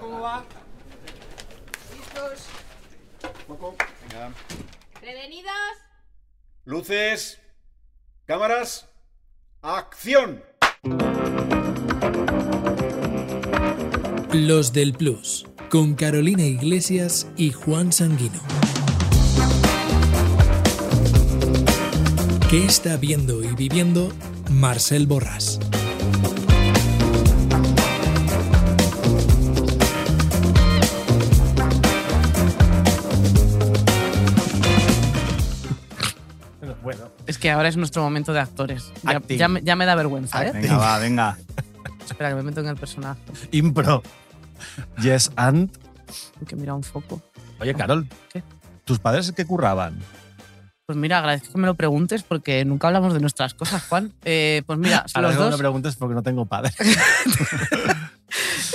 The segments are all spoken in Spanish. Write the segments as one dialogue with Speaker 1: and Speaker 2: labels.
Speaker 1: ¿Cómo va?
Speaker 2: ¿Listos?
Speaker 1: Poco. Venga.
Speaker 2: ¿Prevenidos?
Speaker 1: Luces. Cámaras. Acción.
Speaker 3: Los del Plus, con Carolina Iglesias y Juan Sanguino. ¿Qué está viendo y viviendo Marcel Borrás?
Speaker 4: Bueno,
Speaker 5: Es que ahora es nuestro momento de actores. Ya,
Speaker 4: Acting.
Speaker 5: ya me- ya me da vergüenza, ¿eh?
Speaker 6: Venga, va, venga.
Speaker 5: Espera, que me meto en el personaje.
Speaker 4: impro. Yes and.
Speaker 5: Que mira un foco.
Speaker 4: Oye, Carol,
Speaker 5: ¿Qué?
Speaker 4: ¿tus padres qué curraban?
Speaker 5: Pues mira, agradezco que me lo preguntes porque nunca hablamos de nuestras cosas, Juan. Eh, pues mira,
Speaker 4: Ahora
Speaker 5: los
Speaker 4: no me
Speaker 5: dos,
Speaker 4: preguntes porque no tengo padres.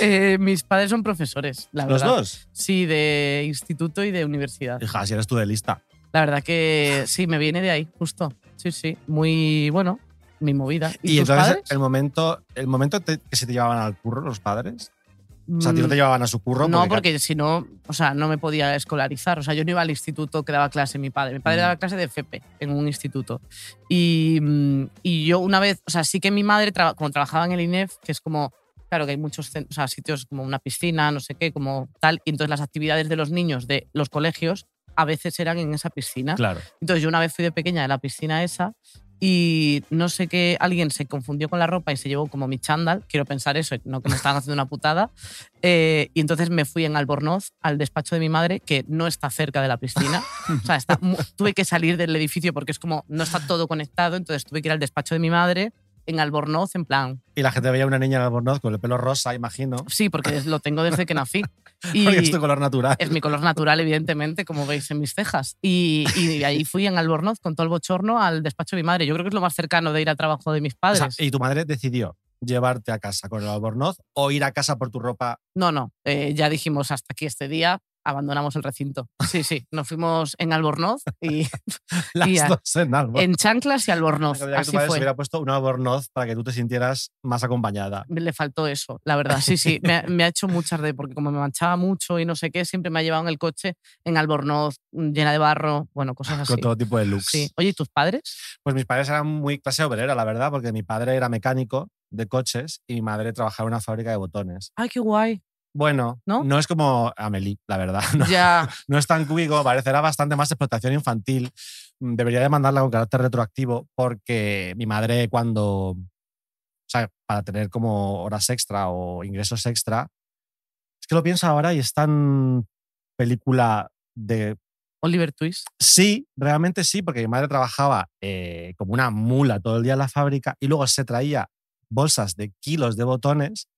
Speaker 5: eh, mis padres son profesores, la
Speaker 4: ¿Los
Speaker 5: verdad.
Speaker 4: dos?
Speaker 5: Sí, de instituto y de universidad.
Speaker 4: Hija, si eres tú de lista.
Speaker 5: La verdad que sí, me viene de ahí, justo. Sí, sí. Muy, bueno, mi movida. ¿Y,
Speaker 4: Y
Speaker 5: tus
Speaker 4: entonces
Speaker 5: padres?
Speaker 4: el momento, el momento te- que se te llevaban al curro los padres. O sea, a ti no te llevaban a su curro.
Speaker 5: Mm, No, porque si no, o sea, no me podía escolarizar. O sea, yo no iba al instituto que daba clase mi padre. Mi padre
Speaker 4: Mm.
Speaker 5: daba clase de FP en un instituto. Y, mm, y yo una vez, o sea, sí que mi madre, traba- como trabajaba en el INEF, que es como, claro que hay muchos cen- o sea, sitios como una piscina, no sé qué, como tal. Y entonces las actividades de los niños de los colegios a veces eran en esa piscina.
Speaker 4: Claro.
Speaker 5: Entonces yo una vez fui de pequeña de la piscina esa y no sé qué, alguien se confundió con la ropa y se llevó como mi chándal, quiero pensar eso, no que me estaban haciendo una putada. Eh, y entonces me fui en Albornoz al despacho de mi madre, que no está cerca de la piscina. o sea, está mu- tuve que salir del edificio porque es como no está todo conectado, entonces tuve que ir al despacho de mi madre en Albornoz en plan,
Speaker 4: Y la gente veía a una niña en Albornoz con el pelo rosa, imagino.
Speaker 5: sí, porque lo tengo desde que nací. Y
Speaker 4: Porque es tu color natural.
Speaker 5: es mi color natural, evidentemente, como veis en mis cejas. Y, y de ahí fui en Albornoz con todo el bochorno al despacho de mi madre. Yo creo que es lo más cercano de ir a trabajo de mis
Speaker 4: O
Speaker 5: padres.
Speaker 4: sea, y tu madre decidió llevarte a casa con el Albornoz o ir a casa por tu ropa.
Speaker 5: No, no, eh, ya dijimos hasta aquí este día, abandonamos el recinto. Sí, sí, nos fuimos en Albornoz y
Speaker 4: Las
Speaker 5: Y a-
Speaker 4: dos en Albornoz.
Speaker 5: en chanclas y Albornoz.
Speaker 4: Sabía que tu
Speaker 5: Así
Speaker 4: padre se
Speaker 5: fue.
Speaker 4: hubiera puesto un albornoz para que tú te sintieras más acompañada.
Speaker 5: le faltó eso, la verdad. Sí, sí, me ha, me ha hecho muchas de, porque como me manchaba mucho y no sé qué, siempre me ha llevado en el coche en Albornoz, mm, llena de barro, bueno, cosas así.
Speaker 4: Ah, Con todo tipo de looks.
Speaker 5: Ah, Sí. Oye, ¿y tus padres?
Speaker 4: Pues mis padres eran muy clase obrera, la verdad, porque mi padre era mecánico de coches y mi madre trabajaba en una fábrica de botones.
Speaker 5: Ay, qué guay.
Speaker 4: Bueno,
Speaker 5: ¿No?
Speaker 4: no, es como Amelie, la verdad. No,
Speaker 5: Ya,
Speaker 4: no es tan cuigo, parecerá bastante más explotación infantil. Mm, Debería demandarla con carácter retroactivo porque mi madre cuando, o sea, para tener como horas extra o ingresos extra, es que lo pienso ahora y es tan película de
Speaker 5: Oliver Twist.
Speaker 4: Sí, realmente sí, porque mi madre trabajaba eh, como una mula todo el día en la fábrica y luego se traía bolsas de kilos de botones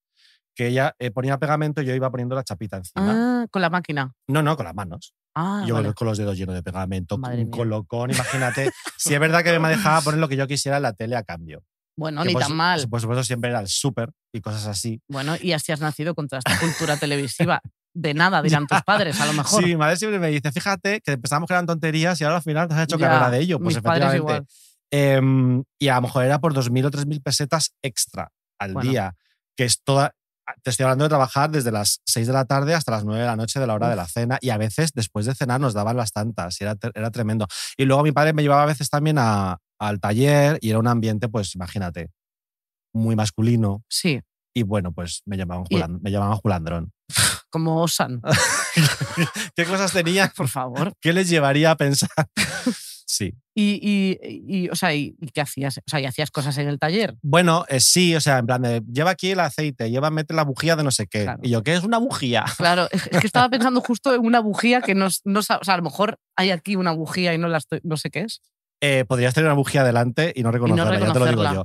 Speaker 4: que ella eh, ponía pegamento y yo iba poniendo la chapita encima.
Speaker 5: Ah, con la máquina.
Speaker 4: No, no, con las manos.
Speaker 5: Ah,
Speaker 4: yo
Speaker 5: vale.
Speaker 4: con los dedos llenos de pegamento,
Speaker 5: Madre
Speaker 4: un
Speaker 5: mía.
Speaker 4: colocón, imagínate. si es verdad que me dejaba poner lo que yo quisiera en la tele a cambio.
Speaker 5: Bueno,
Speaker 4: Que
Speaker 5: ni
Speaker 4: por
Speaker 5: tan
Speaker 4: su-
Speaker 5: mal.
Speaker 4: Por supuesto, siempre era el súper y cosas así.
Speaker 5: Bueno, y así has nacido con toda esta cultura televisiva. De nada dirán tus padres, a lo mejor.
Speaker 4: Sí, mi madre siempre me dice, fíjate que empezamos que eran tonterías y ahora al final te has hecho
Speaker 5: Ya,
Speaker 4: carrera de ello. Pues
Speaker 5: mis padres
Speaker 4: efectivamente,
Speaker 5: igual.
Speaker 4: Em, y a lo mejor era por 2.000 o 3.000 pesetas extra al
Speaker 5: Bueno.
Speaker 4: día, que es toda... ah, Te estoy hablando de trabajar desde las 6 de la tarde hasta las 9 de la noche de la hora de la cena y a veces después de cenar nos daban las tantas y era, ter- era tremendo. Y luego mi padre me llevaba a veces también a- al taller y era un ambiente, pues imagínate, muy masculino
Speaker 5: Sí,
Speaker 4: y bueno, pues me llamaban,
Speaker 5: Y-
Speaker 4: julan- me llamaban julandrón.
Speaker 5: como osan,
Speaker 4: ¿Qué cosas tenía?
Speaker 5: por favor.
Speaker 4: ¿Qué les llevaría a pensar? Sí.
Speaker 5: Y, y, y, o sea, ¿y, y qué hacías? O sea, ¿y hacías cosas en el taller?
Speaker 4: Bueno, eh, sí, o sea, en plan de lleva aquí el aceite, lleva, mete la bujía de no sé qué.
Speaker 5: Claro.
Speaker 4: Y yo, ¿qué es una bujía?
Speaker 5: Claro, es que estaba pensando justo en una bujía que no, no sa- O sea, a lo mejor hay aquí una bujía y no, la estoy- no sé qué es.
Speaker 4: Eh, podrías tener una bujía delante y no reconocerla, ya te lo digo yo.
Speaker 5: reconocerla.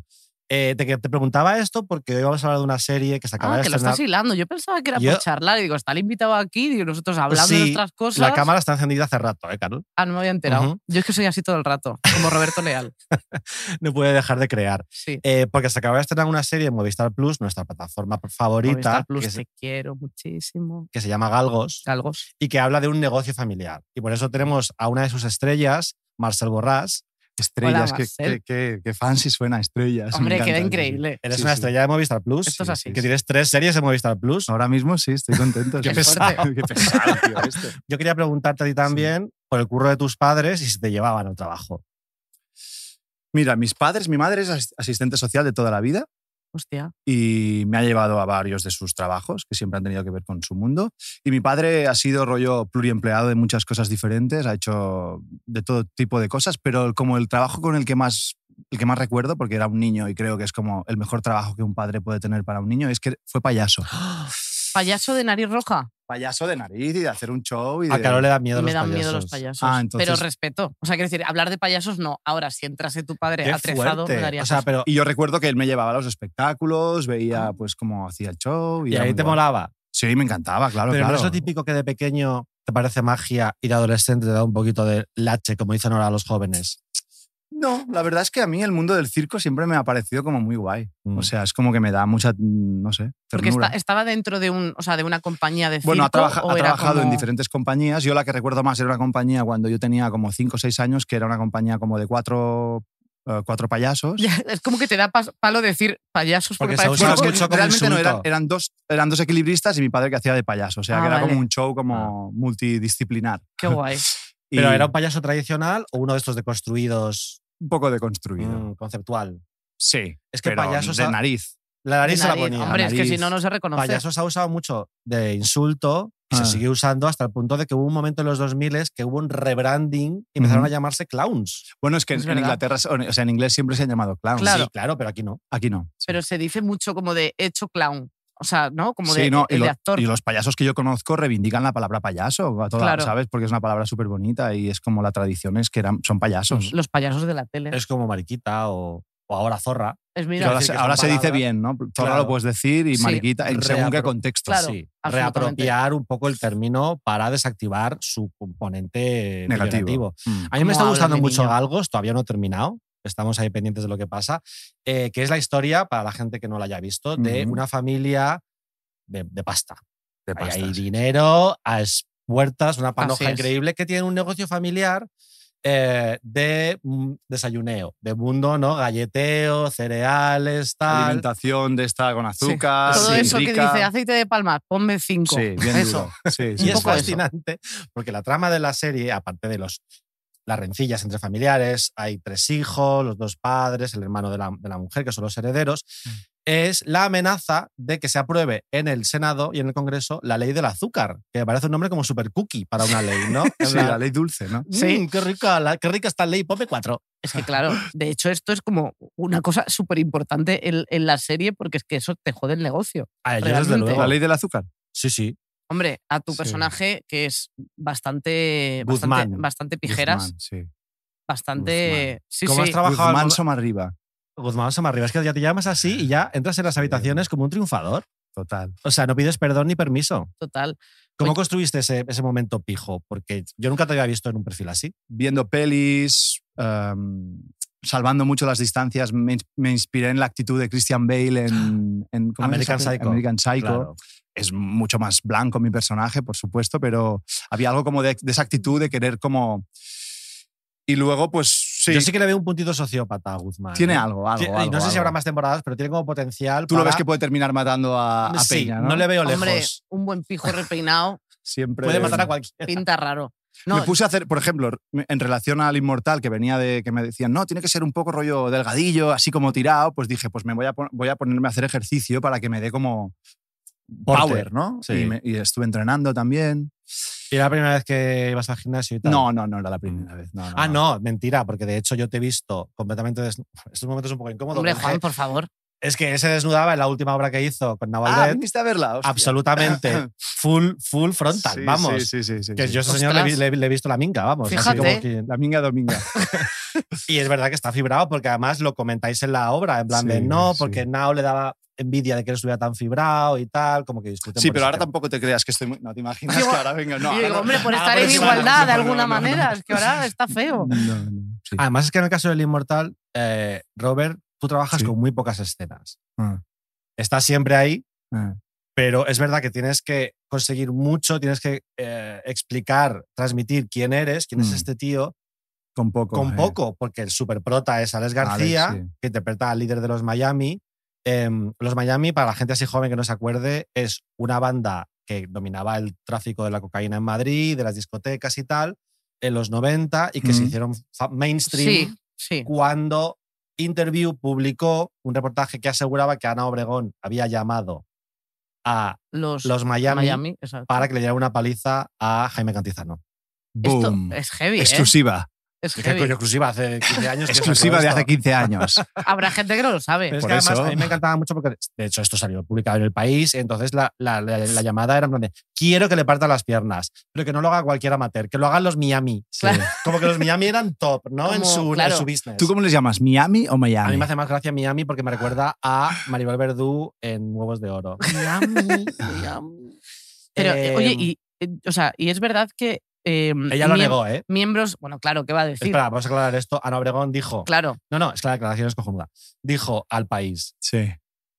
Speaker 4: Eh, te, que- te preguntaba esto porque hoy vamos a hablar de una serie que se acaba
Speaker 5: Ah,
Speaker 4: de
Speaker 5: que lo
Speaker 4: estrenar.
Speaker 5: estás hilando. Yo pensaba que era
Speaker 4: Yo-
Speaker 5: por charlar. Y digo, está el invitado aquí, digo, nosotros hablando de
Speaker 4: Sí,
Speaker 5: nuestras cosas.
Speaker 4: La cámara está encendida hace rato, ¿eh, Carol?
Speaker 5: Ah, no me había enterado.
Speaker 4: Ujú.
Speaker 5: Yo es que soy así todo el rato, como Roberto Leal.
Speaker 4: No puede dejar de crear.
Speaker 5: Sí.
Speaker 4: Eh, porque se acaba de estrenar una serie en Movistar Plus, nuestra plataforma favorita,
Speaker 5: Movistar Plus,
Speaker 4: que,
Speaker 5: te
Speaker 4: se,
Speaker 5: quiero muchísimo.
Speaker 4: que se llama Galgos,
Speaker 5: Galgos.
Speaker 4: y que habla de un negocio familiar. Y por eso tenemos a una de sus estrellas, Marcel Borrás, Estrellas,
Speaker 5: Hola,
Speaker 4: qué,
Speaker 5: Marcel.
Speaker 4: qué- qué- qué fancy suena, estrellas. me
Speaker 5: Hombre,
Speaker 4: encanta,
Speaker 5: queda
Speaker 4: sí.
Speaker 5: increíble.
Speaker 7: Eres
Speaker 4: Sí,
Speaker 7: una
Speaker 4: sí.
Speaker 7: estrella de Movistar Plus.
Speaker 5: Esto es
Speaker 4: Sí,
Speaker 5: así.
Speaker 4: sí,
Speaker 7: Que tienes tres series de Movistar Plus.
Speaker 4: Ahora mismo sí, estoy contento.
Speaker 7: Qué
Speaker 4: sí.
Speaker 7: pesado.
Speaker 4: Qué pesado, tío, este. esto.
Speaker 7: Yo quería preguntarte a ti también por el curro de tus padres y si te llevaban al trabajo.
Speaker 4: Mira, mis padres, mi madre es as- asistente social de toda la vida
Speaker 5: Hostia.
Speaker 4: y me ha llevado a varios de sus trabajos que siempre han tenido que ver con su mundo. Y mi padre ha sido rollo pluriempleado de muchas cosas diferentes, ha hecho de todo tipo de cosas, pero el- como el trabajo con el que más el que más recuerdo, porque era un niño y creo que es como el mejor trabajo que un padre puede tener para un niño, es que fue payaso.
Speaker 5: Payaso de nariz roja.
Speaker 4: Payaso de nariz y de hacer un show y
Speaker 7: A
Speaker 4: de-
Speaker 7: Carol Ah, le dan miedo
Speaker 5: me
Speaker 7: los
Speaker 5: dan
Speaker 7: payasos.
Speaker 5: miedo los payasos.
Speaker 4: Ah, entonces-
Speaker 5: Pero respeto. O sea, quiero decir, hablar de payasos no. Ahora, si entrase tu padre
Speaker 4: Qué
Speaker 5: atrezado,
Speaker 4: fuerte.
Speaker 5: me daría.
Speaker 7: O sea,
Speaker 5: cosa.
Speaker 7: pero.
Speaker 4: Y yo recuerdo que él me llevaba a los espectáculos, veía pues cómo hacía el show. Y,
Speaker 7: Ah. Y
Speaker 4: era
Speaker 7: ahí
Speaker 4: muy
Speaker 7: te
Speaker 4: guay.
Speaker 7: molaba.
Speaker 4: Sí, me encantaba, claro,
Speaker 7: Pero
Speaker 4: claro.
Speaker 7: no es lo típico que de pequeño te parece magia y de adolescente te da un poquito de lache, como dicen ahora los jóvenes.
Speaker 4: No, la verdad es que a mí el mundo del circo siempre me ha parecido como muy guay.
Speaker 7: Mm.
Speaker 4: O sea, es como que me da mucha, no sé,
Speaker 5: Porque
Speaker 4: ternura.
Speaker 5: esta- estaba dentro de un, o sea, de una compañía de
Speaker 4: bueno, ha,
Speaker 5: circo,
Speaker 4: trabaja-
Speaker 5: o
Speaker 4: ha
Speaker 5: era
Speaker 4: trabajado en
Speaker 5: como-
Speaker 4: diferentes compañías. Yo la que recuerdo más era una compañía cuando yo tenía como 5 o 6 años, que era una compañía como de cuatro, eh, cuatro payasos.
Speaker 5: Ya, es como que te da pas- palo decir payasos porque,
Speaker 7: Porque se
Speaker 5: parece
Speaker 7: usa
Speaker 4: Bueno,
Speaker 7: es que
Speaker 5: como-
Speaker 4: porque
Speaker 7: choca un
Speaker 4: realmente no,
Speaker 7: insulto.
Speaker 4: eran, eran dos, eran dos equilibristas y mi padre que hacía de payaso. O sea,
Speaker 5: Ah,
Speaker 4: que era
Speaker 5: vale.
Speaker 4: como un show como multidisciplinar.
Speaker 5: Qué guay.
Speaker 4: Y
Speaker 7: Pero era un payaso tradicional o uno de estos deconstruidos,
Speaker 4: un poco deconstruido.
Speaker 7: mm, conceptual.
Speaker 4: Sí.
Speaker 7: Es que
Speaker 4: pero
Speaker 7: payasos
Speaker 4: de
Speaker 7: ha-
Speaker 4: nariz.
Speaker 7: La nariz,
Speaker 5: De
Speaker 7: se la
Speaker 5: nariz.
Speaker 7: ponía.
Speaker 5: Hombre, es que si
Speaker 4: nariz.
Speaker 5: no, no se reconoce.
Speaker 7: Payasos ha usado mucho de insulto y se
Speaker 4: Ah.
Speaker 7: sigue usando hasta el punto de que hubo un momento en los 2000 que hubo un rebranding y empezaron
Speaker 4: Ujú.
Speaker 7: a llamarse clowns.
Speaker 4: Bueno, es que
Speaker 5: Es
Speaker 4: en
Speaker 5: verdad.
Speaker 4: Inglaterra, o sea, en inglés siempre se han llamado clowns.
Speaker 5: Claro.
Speaker 7: Sí, claro, pero aquí no.
Speaker 4: Aquí no. sí.
Speaker 5: Pero se dice mucho como de hecho clown. O sea, ¿no? Como
Speaker 4: Sí,
Speaker 5: de,
Speaker 4: no, y,
Speaker 5: de
Speaker 4: lo-
Speaker 5: actor.
Speaker 4: y los payasos que yo conozco reivindican la palabra payaso, a toda-
Speaker 5: Claro.
Speaker 4: ¿sabes? Porque es una palabra súper bonita y es como la tradición es que eran, son payasos.
Speaker 5: Los payasos de la tele. Es,
Speaker 7: Es como mariquita o, o ahora zorra.
Speaker 4: Y
Speaker 5: mira,
Speaker 4: ahora
Speaker 7: decir
Speaker 4: se,
Speaker 7: que son
Speaker 4: ahora se dice
Speaker 7: palabras-
Speaker 4: bien, ¿no? Zorra
Speaker 7: Claro.
Speaker 4: lo puedes decir y
Speaker 5: Sí,
Speaker 4: mariquita, en según qué
Speaker 7: reapro-
Speaker 4: contexto.
Speaker 5: Claro,
Speaker 7: sí,
Speaker 5: absolutamente.
Speaker 7: reapropiar un poco el término para desactivar su componente
Speaker 4: Negativo.
Speaker 7: negativo.
Speaker 4: Mm.
Speaker 7: A mí me
Speaker 5: ¿Cómo
Speaker 7: está
Speaker 5: hablan
Speaker 7: gustando
Speaker 5: de
Speaker 7: mucho
Speaker 5: niño?
Speaker 7: Galgos, todavía no he terminado. Estamos ahí pendientes de lo que pasa. eh, que es la historia, para la gente que no la haya visto, de
Speaker 4: Ujú.
Speaker 7: una familia de, de pasta.
Speaker 4: De
Speaker 7: Hay- Hay,
Speaker 4: pastas.
Speaker 7: dinero, a puertas, una panoja
Speaker 5: es.
Speaker 7: increíble que tiene un negocio familiar eh, de mm, desayuneo, de mundo, ¿no? Galleteo, cereales, tal.
Speaker 4: Alimentación de esta con
Speaker 5: Sí.
Speaker 4: azúcar.
Speaker 5: Todo
Speaker 4: sí,
Speaker 5: eso que
Speaker 4: rica.
Speaker 5: dice aceite de palma, ponme cinco.
Speaker 4: Sí, bien
Speaker 5: eso.
Speaker 4: duro. Sí, sí,
Speaker 5: un
Speaker 7: Y es
Speaker 5: poco eso.
Speaker 7: fascinante porque la trama de la serie, aparte de los, las rencillas entre familiares, hay tres hijos, los dos padres, el hermano de la, de la mujer, que son los herederos, es la amenaza de que se apruebe en el Senado y en el Congreso la ley del azúcar, que me parece un nombre como super cookie para una ley, ¿no? En
Speaker 4: Sí,
Speaker 7: plan,
Speaker 4: la ley dulce, ¿no?
Speaker 5: Sí.
Speaker 7: "Mm, qué, rica, la- qué rica esta ley, ponme cuatro.
Speaker 5: Es que claro, de hecho esto es como una cosa súper importante en, en la serie porque es que eso te jode el negocio.
Speaker 7: A ellos,
Speaker 5: Realmente.
Speaker 7: desde luego.
Speaker 4: La ley del azúcar.
Speaker 7: Sí, sí.
Speaker 5: Hombre, a tu
Speaker 4: Sí.
Speaker 5: personaje que es bastante, bastante,
Speaker 7: Guzmán.
Speaker 5: bastante pijeras,
Speaker 4: Guzmán, sí.
Speaker 5: bastante...
Speaker 4: Guzmán.
Speaker 5: Sí,
Speaker 7: ¿Cómo has
Speaker 5: sí.
Speaker 7: trabajado
Speaker 4: Guzmán
Speaker 7: alguna-
Speaker 4: Soma arriba.
Speaker 7: Guzmán Sama arriba, es que ya te llamas así y ya entras en las habitaciones como un triunfador.
Speaker 4: Total.
Speaker 7: O sea, no pides perdón ni permiso.
Speaker 5: Total.
Speaker 7: ¿Cómo
Speaker 5: Oye.
Speaker 7: construiste ese, ese momento pijo? Porque yo nunca te había visto en un perfil así.
Speaker 4: viendo pelis, em, salvando mucho las distancias, me, ins- me inspiré en la actitud de Christian Bale en, en- ¿cómo es esa
Speaker 7: American
Speaker 4: peli?
Speaker 7: Psycho.
Speaker 4: American Psycho.
Speaker 7: Claro.
Speaker 4: Es mucho más blanco mi personaje, por supuesto, pero había algo como de, de esa actitud de querer como... Y luego, pues sí,
Speaker 7: Yo sí que le veo un puntito sociópata a Guzmán.
Speaker 4: tiene
Speaker 7: ¿eh?
Speaker 4: algo, algo,
Speaker 7: Ti- y
Speaker 4: algo,
Speaker 7: no sé si
Speaker 4: algo.
Speaker 7: habrá más temporadas, pero tiene como potencial.
Speaker 4: Tú lo
Speaker 7: para-
Speaker 4: ves que puede terminar matando a, a
Speaker 7: Sí,
Speaker 4: Peña, ¿no?
Speaker 7: le veo lejos.
Speaker 5: Hombre, un buen pijo repeinado
Speaker 4: Siempre
Speaker 7: Puede matar a cualquiera.
Speaker 5: pinta raro.
Speaker 4: me
Speaker 5: No,
Speaker 4: puse a hacer, por ejemplo, en relación al Inmortal, que venía de que me decían, no, tiene que ser un poco rollo delgadillo, así como tirado, pues dije, pues me voy a, pon- voy a ponerme a hacer ejercicio para que me dé como
Speaker 7: Porte.
Speaker 4: power, ¿no?
Speaker 7: Sí.
Speaker 4: Y, me- y estuve entrenando también.
Speaker 7: ¿Y era la primera vez que ibas al gimnasio y tal?
Speaker 4: No, no, no era la primera vez. No, no,
Speaker 7: Ah, no, mentira, porque de hecho yo te he visto completamente desnudo. Estos momentos son un poco incómodos.
Speaker 5: hombre,
Speaker 7: porque
Speaker 5: Juan, por favor.
Speaker 7: Es que se desnudaba en la última obra que hizo con
Speaker 4: Ah,
Speaker 7: Navaldet.
Speaker 4: viniste a verla. hostia.
Speaker 7: absolutamente. Full, full frontal,
Speaker 4: Sí,
Speaker 7: vamos.
Speaker 4: Sí, sí, sí. sí,
Speaker 7: Que
Speaker 4: sí.
Speaker 7: yo a ese señor le, vi-
Speaker 5: Ostras.
Speaker 7: le- le he visto la minga, vamos. así
Speaker 5: Fíjate.
Speaker 7: como que-
Speaker 4: La minga dominga.
Speaker 7: Y es verdad que está fibrado porque además lo comentáis en la obra, en plan de
Speaker 4: Sí,
Speaker 7: no,
Speaker 4: sí.
Speaker 7: porque Nao le daba envidia de que él estuviera tan fibrado y tal, como que discuten.
Speaker 4: Sí,
Speaker 7: por
Speaker 4: pero
Speaker 7: ese
Speaker 4: ahora
Speaker 7: tema.
Speaker 4: tampoco te creas que estoy muy... No, te imaginas
Speaker 5: Digo-
Speaker 4: que ahora venga... No,
Speaker 5: Y
Speaker 4: ahora
Speaker 5: digo,
Speaker 4: no.
Speaker 5: hombre, por
Speaker 7: Ah,
Speaker 5: estar
Speaker 7: por
Speaker 5: en
Speaker 7: eso-
Speaker 5: igualdad de
Speaker 4: no, no, no,
Speaker 5: alguna
Speaker 4: no.
Speaker 5: manera, es que ahora está feo.
Speaker 4: No, no,
Speaker 8: Ah.
Speaker 4: sí.
Speaker 7: Además es que en el caso del Inmortal, eh, Robert, tú trabajas
Speaker 4: Sí.
Speaker 7: con muy pocas escenas.
Speaker 4: Ah,
Speaker 7: Estás siempre ahí,
Speaker 4: ah.
Speaker 7: pero es verdad que tienes que conseguir mucho, tienes que eh, explicar, transmitir quién eres, quién es
Speaker 4: Mm.
Speaker 7: este tío.
Speaker 8: Con poco.
Speaker 7: con
Speaker 8: eh.
Speaker 7: poco, porque el superprota es Alex García,
Speaker 8: Alex, sí.
Speaker 7: que interpreta al líder de los Miami. Em, los Miami, para la gente así joven que no se acuerde, es una banda que dominaba el tráfico de la cocaína en Madrid, de las discotecas y tal, en los 90 y que se
Speaker 8: Mm.
Speaker 7: hicieron fa- mainstream
Speaker 5: Sí, sí.
Speaker 7: cuando Interview publicó un reportaje que aseguraba que Ana Obregón había llamado a
Speaker 5: Los,
Speaker 7: los Miami,
Speaker 5: Miami, exacto.
Speaker 7: para que le diera una paliza a Jaime Cantizano.
Speaker 5: Esto
Speaker 8: Boom.
Speaker 5: es heavy, ¿eh?
Speaker 8: Exclusiva.
Speaker 5: Es
Speaker 7: Que coño,
Speaker 5: heavy.
Speaker 7: exclusiva hace 15 años. que
Speaker 8: Exclusiva
Speaker 7: sacó
Speaker 8: de
Speaker 7: esto.
Speaker 8: hace 15 años.
Speaker 5: Habrá gente que no lo
Speaker 7: Pero
Speaker 5: sabe.
Speaker 7: es
Speaker 8: Por
Speaker 7: que
Speaker 8: eso.
Speaker 7: además a mí me encantaba mucho porque, de hecho, esto salió publicado en el país, entonces la, la- la- la llamada era en plan de, quiero que le parta las piernas, pero que no lo haga cualquier amateur, que lo hagan los Miami.
Speaker 5: Claro.
Speaker 7: Como que los Miami eran top, ¿no? en,
Speaker 5: Como,
Speaker 7: su, en
Speaker 5: claro.
Speaker 7: su business.
Speaker 8: ¿Tú cómo les llamas? ¿Miami o Miami?
Speaker 7: a mí me hace más gracia Miami porque me recuerda a Maribel Verdú en Huevos de Oro. Miami, Miami.
Speaker 5: Pero,
Speaker 7: Eh,
Speaker 5: oye, y, eh, o sea, y es verdad que. eh,
Speaker 7: Ella lo
Speaker 5: miem-
Speaker 7: negó, ¿eh?
Speaker 5: Miembros. Bueno, claro, ¿qué va a decir?
Speaker 7: Espera, vamos a aclarar esto. Ana Obregón dijo.
Speaker 5: Claro,
Speaker 7: No, no, es que la declaración es cojonuda. Dijo al país:
Speaker 8: Sí.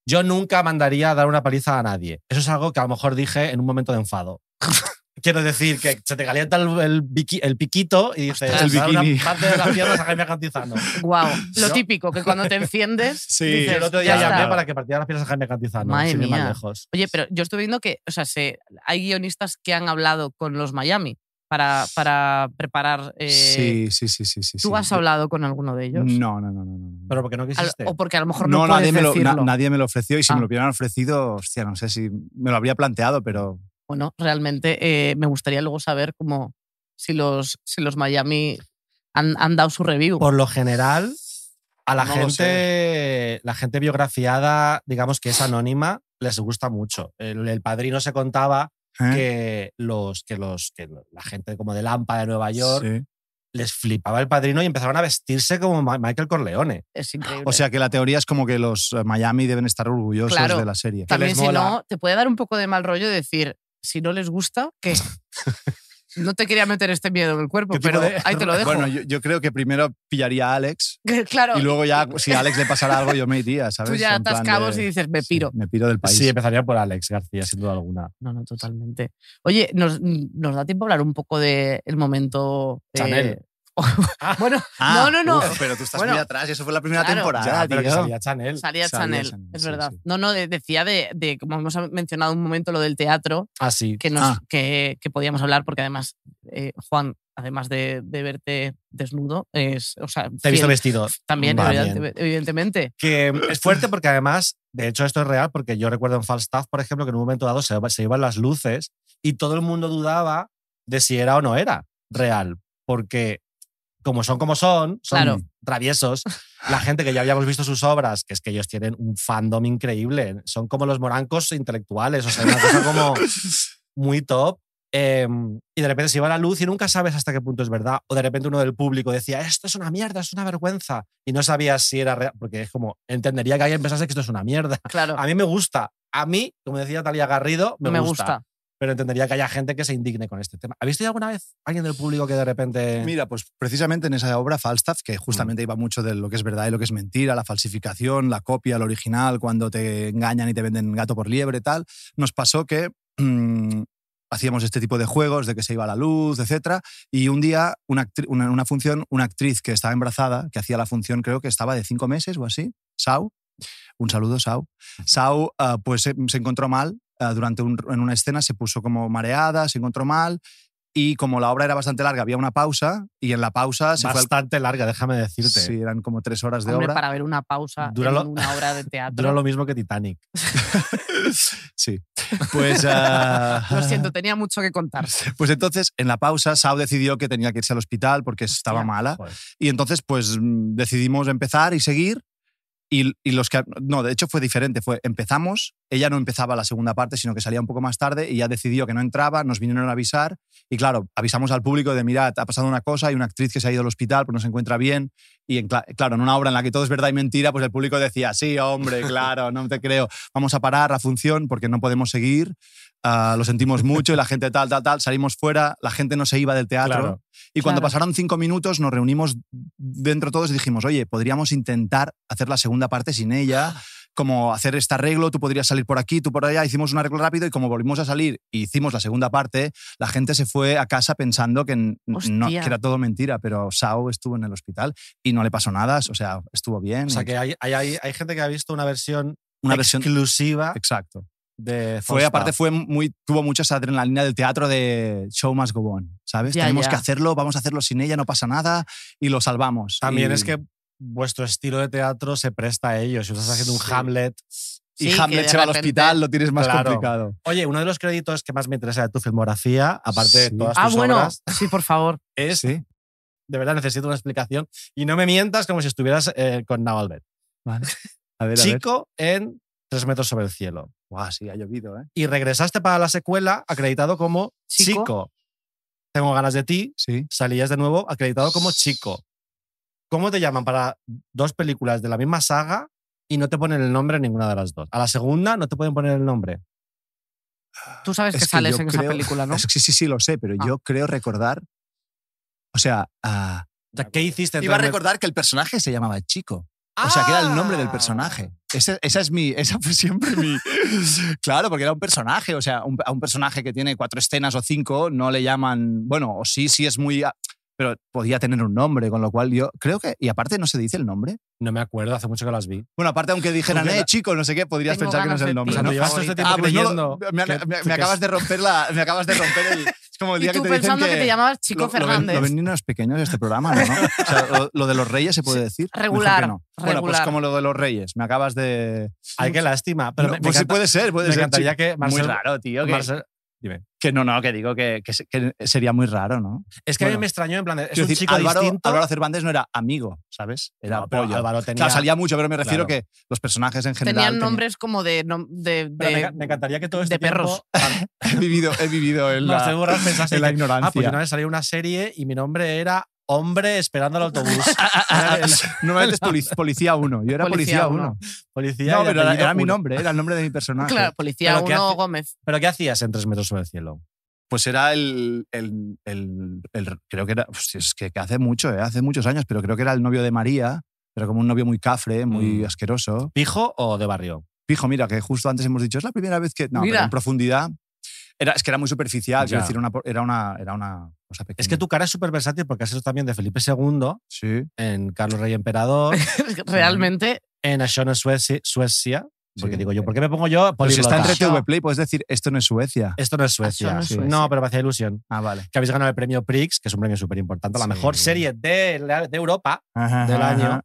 Speaker 7: Yo nunca mandaría a dar una paliza a nadie. Eso es algo que a lo mejor dije en un momento de enfado. Quiero decir que se te calienta el, el biqui- el piquito y dices,
Speaker 5: Ostras, el
Speaker 7: "Dar
Speaker 8: bikini".
Speaker 7: una parte de las piernas a Jaime Cantizano.
Speaker 5: guau. Lo
Speaker 7: Yo-
Speaker 5: típico, que cuando te enciendes.
Speaker 8: Sí.
Speaker 7: Y
Speaker 5: dices,
Speaker 7: el otro
Speaker 5: "Ya
Speaker 7: día llamé
Speaker 5: está".
Speaker 7: para que partiera las piernas a Jaime Cantizano.
Speaker 5: Madre
Speaker 7: sin ir más
Speaker 5: mía.
Speaker 7: lejos.
Speaker 5: Oye, pero yo estoy viendo que, o sea, se, hay guionistas que han hablado con los Miami para, para preparar. eh,
Speaker 8: sí, sí, sí, sí, sí.
Speaker 5: ¿Tú
Speaker 8: sí.
Speaker 5: has hablado con alguno de ellos?
Speaker 8: No, no, no, no. no.
Speaker 7: Pero porque no
Speaker 5: Al-
Speaker 7: quisiste.
Speaker 5: o porque a lo mejor no,
Speaker 8: no,
Speaker 5: puedes
Speaker 8: nadie, me lo, na-
Speaker 5: decirlo.
Speaker 8: nadie me lo ofreció y si
Speaker 5: Ah.
Speaker 8: me lo hubieran ofrecido, hostia, no sé si me lo habría planteado, pero
Speaker 5: Bueno, realmente eh, me gustaría luego saber cómo si los, si los Miami han, han dado su review.
Speaker 7: Por lo general, a la
Speaker 8: No lo
Speaker 7: gente, la gente biografiada, digamos que es anónima, les gusta mucho. El- el padrino se contaba
Speaker 8: ¿eh?
Speaker 7: que los que los que lo- la gente como de Lampa de Nueva York
Speaker 8: Sí.
Speaker 7: les flipaba el padrino y empezaron a vestirse como Ma- Michael Corleone.
Speaker 5: es increíble.
Speaker 8: O sea que la teoría es como que los eh, Miami deben estar orgullosos
Speaker 5: Claro.
Speaker 8: de la serie.
Speaker 5: También
Speaker 7: les
Speaker 5: si
Speaker 7: mola.
Speaker 5: no, te puede dar un poco de mal rollo decir, si no les gusta, ¿qué? no te quería meter este miedo en el cuerpo,
Speaker 7: ¿Qué tipo
Speaker 5: pero
Speaker 7: de-
Speaker 5: ahí te lo dejo.
Speaker 8: Bueno, yo, yo creo que primero pillaría a Alex
Speaker 5: claro,
Speaker 8: y luego ya si a Alex le pasara algo yo me iría, ¿sabes?
Speaker 5: tú ya
Speaker 8: En plan
Speaker 5: atas cabos
Speaker 8: de-
Speaker 5: y dices, me
Speaker 8: Sí,
Speaker 5: piro.
Speaker 8: me piro del país.
Speaker 7: Sí, empezaría por Alex García, sin duda alguna.
Speaker 5: No, no, totalmente. Oye, nos, nos da tiempo a hablar un poco del momento. eh,
Speaker 7: Chanel.
Speaker 5: bueno,
Speaker 8: Ah,
Speaker 5: no, no, no.
Speaker 8: uf, pero tú estás
Speaker 5: Bueno,
Speaker 8: muy atrás y eso fue la primera
Speaker 5: claro.
Speaker 8: temporada,
Speaker 7: Ya, pero que
Speaker 8: tío.
Speaker 7: salía Chanel.
Speaker 5: Salía
Speaker 8: Salía
Speaker 5: Chanel,
Speaker 8: Chanel,
Speaker 5: es
Speaker 8: sí,
Speaker 5: verdad.
Speaker 8: sí.
Speaker 5: No, no, de- decía de, de, como hemos mencionado un momento, lo del teatro,
Speaker 7: Ah, sí.
Speaker 5: que, nos,
Speaker 8: Ah.
Speaker 5: que, que podíamos hablar, porque además, eh, Juan, además de, de verte desnudo, es, o sea,
Speaker 7: Te he visto
Speaker 5: fiel-
Speaker 7: vestido.
Speaker 5: también,
Speaker 7: Va
Speaker 5: evidente-
Speaker 7: bien.
Speaker 5: evidentemente.
Speaker 7: Que es fuerte porque además, de hecho, esto es real porque yo recuerdo en Falstaff, por ejemplo, que en un momento dado se, se iban las luces y todo el mundo dudaba de si era o no era real. Porque como son como son, son
Speaker 5: Claro.
Speaker 7: traviesos. La gente que ya habíamos visto sus obras, que es que ellos tienen un fandom increíble, son como los morancos intelectuales, o sea, una cosa como muy top. eh, y de repente se iba la luz y nunca sabes hasta qué punto es verdad. O de repente uno del público decía, esto es una mierda, es una vergüenza. Y no sabías si era real, porque es como, entendería que alguien pensase que esto es una mierda.
Speaker 5: Claro,
Speaker 7: A mí me gusta. A mí, como decía Talia Garrido, me,
Speaker 5: me
Speaker 7: gusta,
Speaker 5: gusta.
Speaker 7: Pero entendería que haya gente que se indigne con este tema. ¿Habéis tenido alguna vez alguien del público que de repente...
Speaker 8: Mira, pues precisamente en esa obra Falstaff, que justamente iba mucho de lo que es verdad y lo que es mentira, la falsificación, la copia, el original, cuando te engañan y te venden gato por liebre, tal, nos pasó que mm, hacíamos este tipo de juegos, de que se iba la luz, etcétera, y un día, una, actri- una, una función, una actriz que estaba embarazada, que hacía la función, creo que estaba de cinco meses o así, Sau, un saludo, Sau. Sau, ah, pues se, se encontró mal ah, durante un- en una escena, se puso como mareada, se encontró mal, y como la obra era bastante larga, había una pausa, y en la pausa se fue
Speaker 7: bastante larga, déjame
Speaker 8: al...
Speaker 7: decirte.
Speaker 8: Sí, eran como tres horas de
Speaker 5: Hombre,
Speaker 8: obra.
Speaker 5: para ver una pausa
Speaker 7: Dura lo-
Speaker 5: en una obra de teatro.
Speaker 7: Dura lo mismo que Titanic.
Speaker 8: Sí. Pues, ah,
Speaker 5: Lo siento, tenía mucho que contar.
Speaker 8: pues entonces, en la pausa, Sau decidió que tenía que irse al hospital porque estaba
Speaker 5: Hostia.
Speaker 8: mala.
Speaker 7: Joder.
Speaker 8: Y entonces, pues mm, decidimos empezar y seguir. Y, y los que. No, de hecho fue diferente. Fue empezamos, ella no empezaba la segunda parte, sino que salía un poco más tarde y ya decidió que no entraba, nos vinieron a avisar. Y claro, avisamos al público de: mirad, ha pasado una cosa, hay una actriz que se ha ido al hospital, pues no se encuentra bien. Y en cla- claro, en una obra en la que todo es verdad y mentira, pues el público decía: sí, hombre, claro, no te creo. Vamos a parar la función porque no podemos seguir. ah, lo sentimos mucho y la gente tal, tal, tal. Salimos fuera, la gente no se iba del teatro.
Speaker 7: Claro.
Speaker 8: Y cuando
Speaker 5: Claro.
Speaker 8: pasaron cinco minutos nos reunimos dentro todos y dijimos, oye, podríamos intentar hacer la segunda parte sin ella, como hacer este arreglo, tú podrías salir por aquí, tú por allá, hicimos un arreglo rápido y como volvimos a salir y hicimos la segunda parte, la gente se fue a casa pensando que, n- no, que
Speaker 5: Hostia.
Speaker 8: era todo mentira, pero Sao estuvo en el hospital y no le pasó nada, o sea, estuvo bien.
Speaker 7: O sea
Speaker 8: y-
Speaker 7: que hay, hay- hay- hay gente que ha visto una versión
Speaker 8: una versión...
Speaker 7: exclusiva
Speaker 8: Exacto.
Speaker 7: de
Speaker 8: Fue,
Speaker 7: Fosta.
Speaker 8: aparte, fue muy, tuvo mucha esa adrenalina del teatro de show must go on, ¿sabes?
Speaker 5: Ya,
Speaker 8: Tenemos
Speaker 5: ya.
Speaker 8: que hacerlo, vamos a hacerlo sin ella, no pasa nada y lo salvamos.
Speaker 7: También
Speaker 8: Y-
Speaker 7: es que vuestro estilo de teatro se presta a ello. Si estás haciendo
Speaker 8: Sí.
Speaker 7: un Hamlet.
Speaker 8: Y
Speaker 5: Sí, que
Speaker 8: Hamlet
Speaker 5: de
Speaker 8: se va al
Speaker 5: repente-
Speaker 8: hospital, lo tienes más
Speaker 7: Claro.
Speaker 8: complicado.
Speaker 7: Oye, uno de los créditos que más me interesa de tu filmografía, aparte de
Speaker 8: Sí.
Speaker 7: todas tus
Speaker 5: Ah, bueno,
Speaker 7: obras,
Speaker 5: sí, por favor.
Speaker 7: es
Speaker 8: Sí.
Speaker 7: de verdad necesito una explicación. Y no me mientas como si estuvieras eh, con Navalbet.
Speaker 8: A ver, a ver.
Speaker 7: Chico en Tres metros sobre el cielo.
Speaker 8: Buah, sí, ha llovido, ¿eh?
Speaker 7: Y regresaste para la secuela acreditado como
Speaker 5: Chico.
Speaker 7: Chico. Tengo ganas de ti,
Speaker 8: Sí.
Speaker 7: salías de nuevo acreditado como chico. ¿Cómo te llaman para dos películas de la misma saga y no te ponen el nombre en ninguna de las dos? A la segunda no te pueden poner el nombre.
Speaker 5: Tú sabes
Speaker 8: Es
Speaker 5: que
Speaker 8: que
Speaker 5: sales
Speaker 8: yo
Speaker 5: en esa
Speaker 8: creo-
Speaker 5: película, ¿no?
Speaker 8: Es que sí, sí, sí, lo sé, pero
Speaker 5: Ah.
Speaker 8: yo creo recordar. O sea, ah,
Speaker 7: O sea, ¿Qué hiciste?
Speaker 8: iba a
Speaker 7: Entonces,
Speaker 8: recordar que el personaje se llamaba Chico. O sea, que era el nombre del personaje. Ese- esa es mi. Esa fue siempre mi. Claro, porque era un personaje. O sea, un- a un personaje que tiene cuatro escenas o cinco no le llaman. Bueno, o sí, sí es muy. a- Pero podía tener un nombre, con lo cual yo creo que. Y aparte, no se dice el nombre.
Speaker 7: No me acuerdo, hace mucho que las vi.
Speaker 8: Bueno, aparte, aunque dijeran,
Speaker 7: Porque
Speaker 8: eh,
Speaker 7: la-
Speaker 8: chico, no sé qué, podrías
Speaker 5: Tengo
Speaker 8: pensar que no
Speaker 5: ganas
Speaker 8: es el
Speaker 5: de
Speaker 8: nombre.
Speaker 5: ti.
Speaker 8: ¿no?
Speaker 5: Pero
Speaker 7: llevas todo este tiempo
Speaker 8: Ah, pues no lo-
Speaker 7: creyendo
Speaker 8: me,
Speaker 7: que-
Speaker 8: me- me
Speaker 7: que-
Speaker 8: acabas de romper la. Me acabas de romper el. Es como el
Speaker 5: Y
Speaker 8: día
Speaker 5: tú
Speaker 8: que te dicen
Speaker 5: pensando que, te llamabas Chico
Speaker 8: lo- lo ven-
Speaker 5: Fernández.
Speaker 8: Lo ven niños pequeños de este programa, ¿no? O sea, lo, lo de los reyes se puede decir. Mejor
Speaker 5: regular,
Speaker 8: que no. Bueno, pues
Speaker 5: regular.
Speaker 8: como lo de los reyes. Me acabas de.
Speaker 7: Hay que lástima. Pero
Speaker 8: No,
Speaker 7: me, me
Speaker 8: pues sí,
Speaker 7: encanta-
Speaker 8: puede ser, puede
Speaker 7: me
Speaker 8: ser.
Speaker 7: encantaría
Speaker 8: chico.
Speaker 7: que Marcel-
Speaker 8: muy raro, tío. Que,
Speaker 7: Marcel-
Speaker 8: que no, no, que digo que, que se- que sería muy raro, ¿no?
Speaker 7: es que a mí
Speaker 8: Bueno.
Speaker 7: me extrañó en plan, de, es
Speaker 8: Quiero
Speaker 7: un
Speaker 8: decir,
Speaker 7: chico
Speaker 8: Álvaro,
Speaker 7: distinto.
Speaker 8: Álvaro Cervantes no era amigo, ¿sabes? Era
Speaker 7: No, pero
Speaker 8: apoyo.
Speaker 7: Álvaro tenía-
Speaker 8: Claro, salía mucho, pero me refiero
Speaker 7: Claro.
Speaker 8: que los personajes en general.
Speaker 5: Tenían
Speaker 8: tenían-
Speaker 5: nombres como de. nom- de,
Speaker 7: Pero me,
Speaker 5: de-
Speaker 7: enca- me encantaría que todo
Speaker 5: de
Speaker 7: este tiempo-
Speaker 5: perros.
Speaker 8: He vivido, he vivido en
Speaker 7: Marcel
Speaker 8: la,
Speaker 7: Borras pensase
Speaker 8: en la
Speaker 7: que,
Speaker 8: ignorancia.
Speaker 7: Ah, pues yo una vez salió una serie y mi nombre era Hombre esperando al autobús. Era el
Speaker 8: Normalmente es polic- policía 1. Yo era
Speaker 5: Policía
Speaker 8: policía
Speaker 5: uno.
Speaker 8: 1.
Speaker 7: policía
Speaker 8: No,
Speaker 7: y
Speaker 8: pero era,
Speaker 7: apellido
Speaker 8: era mi
Speaker 7: uno.
Speaker 8: nombre, era el nombre de mi personaje.
Speaker 5: Claro, Policía
Speaker 7: Pero que
Speaker 5: 1
Speaker 7: hace-
Speaker 5: Gómez.
Speaker 7: ¿Pero qué hacías en Tres metros sobre el cielo?
Speaker 8: Pues era el, el- el- el- creo que era, hostia, es que, que hace mucho, eh, hace muchos años, pero creo que era el novio de María, pero como un novio muy cafre, muy
Speaker 7: Mm.
Speaker 8: asqueroso.
Speaker 7: ¿Pijo o de barrio?
Speaker 8: Fijo, mira, que justo antes hemos dicho, es la primera vez que. No,
Speaker 5: Mira.
Speaker 8: pero en profundidad. Era, es que era muy superficial, quiero
Speaker 7: Ya.
Speaker 8: decir, una por- era una, era una cosa pequeña.
Speaker 7: Es que tu cara es súper versátil porque has sido también de Felipe II,
Speaker 8: Sí.
Speaker 7: en Carlos Rey Emperador,
Speaker 5: Realmente,
Speaker 7: en Ashona Suecia, Suecia porque
Speaker 8: Sí.
Speaker 7: digo yo, ¿por qué me pongo yo?
Speaker 8: Pero si está
Speaker 7: poliglota?
Speaker 8: entre TV Play, puedes decir, esto no es Suecia.
Speaker 7: Esto no es Suecia.
Speaker 5: ah, no es pues
Speaker 7: pues Sí.
Speaker 5: Suecia.
Speaker 7: No, pero me hacía ilusión.
Speaker 8: Ah, vale.
Speaker 7: Que habéis ganado el premio Prix, que es un premio súper importante, la
Speaker 8: Sí.
Speaker 7: mejor serie de, la- de Europa del año.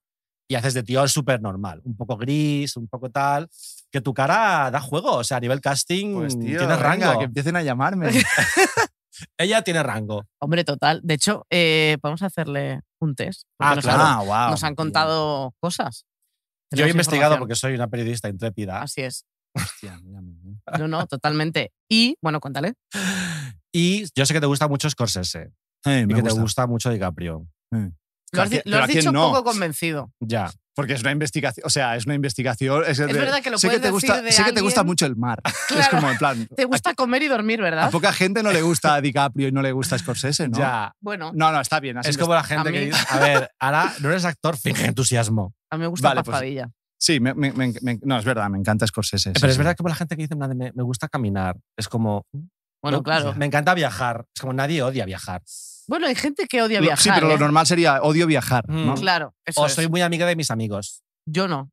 Speaker 7: Y haces de tío súper normal, un poco gris, un poco tal. Que tu cara da juego, o sea, a nivel casting
Speaker 8: Pues tío,
Speaker 7: Mm, tienes rango.
Speaker 8: que empiecen a llamarme.
Speaker 7: Ella tiene rango.
Speaker 5: hombre, total. De hecho, eh, vamos a hacerle un test. porque
Speaker 7: Ah,
Speaker 5: nos
Speaker 7: claro.
Speaker 5: han-
Speaker 8: Ah, wow.
Speaker 5: nos han contado cosas.
Speaker 7: Yo he
Speaker 5: Tenemos
Speaker 7: investigado
Speaker 5: información.
Speaker 7: porque soy una periodista intrépida.
Speaker 5: Así es.
Speaker 8: Hostia, mira, muy bien.
Speaker 5: No, no, totalmente. Y, bueno, cuéntale.
Speaker 7: Y yo sé que te gusta mucho Scorsese
Speaker 8: Eh,
Speaker 7: y
Speaker 8: me
Speaker 7: que
Speaker 8: gusta.
Speaker 7: te gusta mucho DiCaprio.
Speaker 5: Lo has,
Speaker 8: Pero
Speaker 5: di-
Speaker 8: a qui-
Speaker 5: lo has
Speaker 8: pero a quién
Speaker 5: dicho un
Speaker 8: no?
Speaker 5: poco convencido.
Speaker 7: Ya.
Speaker 8: Porque es una investigación, o sea, es una investigación. Es, de-
Speaker 5: verdad que lo
Speaker 8: sé que
Speaker 5: puedes
Speaker 8: te gusta,
Speaker 5: decir de
Speaker 8: Sé que te gusta
Speaker 5: alguien.
Speaker 8: mucho el mar. Es
Speaker 5: Claro.
Speaker 8: como en plan.
Speaker 5: Te gusta comer y dormir,
Speaker 8: A
Speaker 5: ¿verdad?
Speaker 8: poca gente no le gusta a DiCaprio y no le gusta a Scorsese, ¿no?
Speaker 7: Ya.
Speaker 5: Bueno,
Speaker 8: No, no, está bien. has
Speaker 7: Es como la gente
Speaker 5: A
Speaker 7: que
Speaker 5: mí-
Speaker 7: dice, a ver, ahora no eres actor, finge entusiasmo.
Speaker 5: a mí me gusta
Speaker 8: Vale,
Speaker 5: la
Speaker 8: pues-
Speaker 5: Padilla.
Speaker 8: Sí, me- me- me- me- no, es verdad, me encanta Scorsese. sí,
Speaker 7: Pero es
Speaker 8: sí.
Speaker 7: verdad que como la gente que dice, en plan de, me, me gusta caminar, es como...
Speaker 5: Bueno,
Speaker 7: "No, pues
Speaker 5: claro.
Speaker 7: Me encanta viajar. Es como nadie odia viajar.
Speaker 5: Bueno, hay gente que odia
Speaker 8: Lo-
Speaker 5: viajar.
Speaker 8: sí, pero
Speaker 5: ¿eh?
Speaker 8: lo normal sería odio viajar, ¿no?
Speaker 7: Mm.
Speaker 5: Claro, eso
Speaker 7: O
Speaker 5: es.
Speaker 7: soy muy amiga de mis amigos.
Speaker 5: Yo no.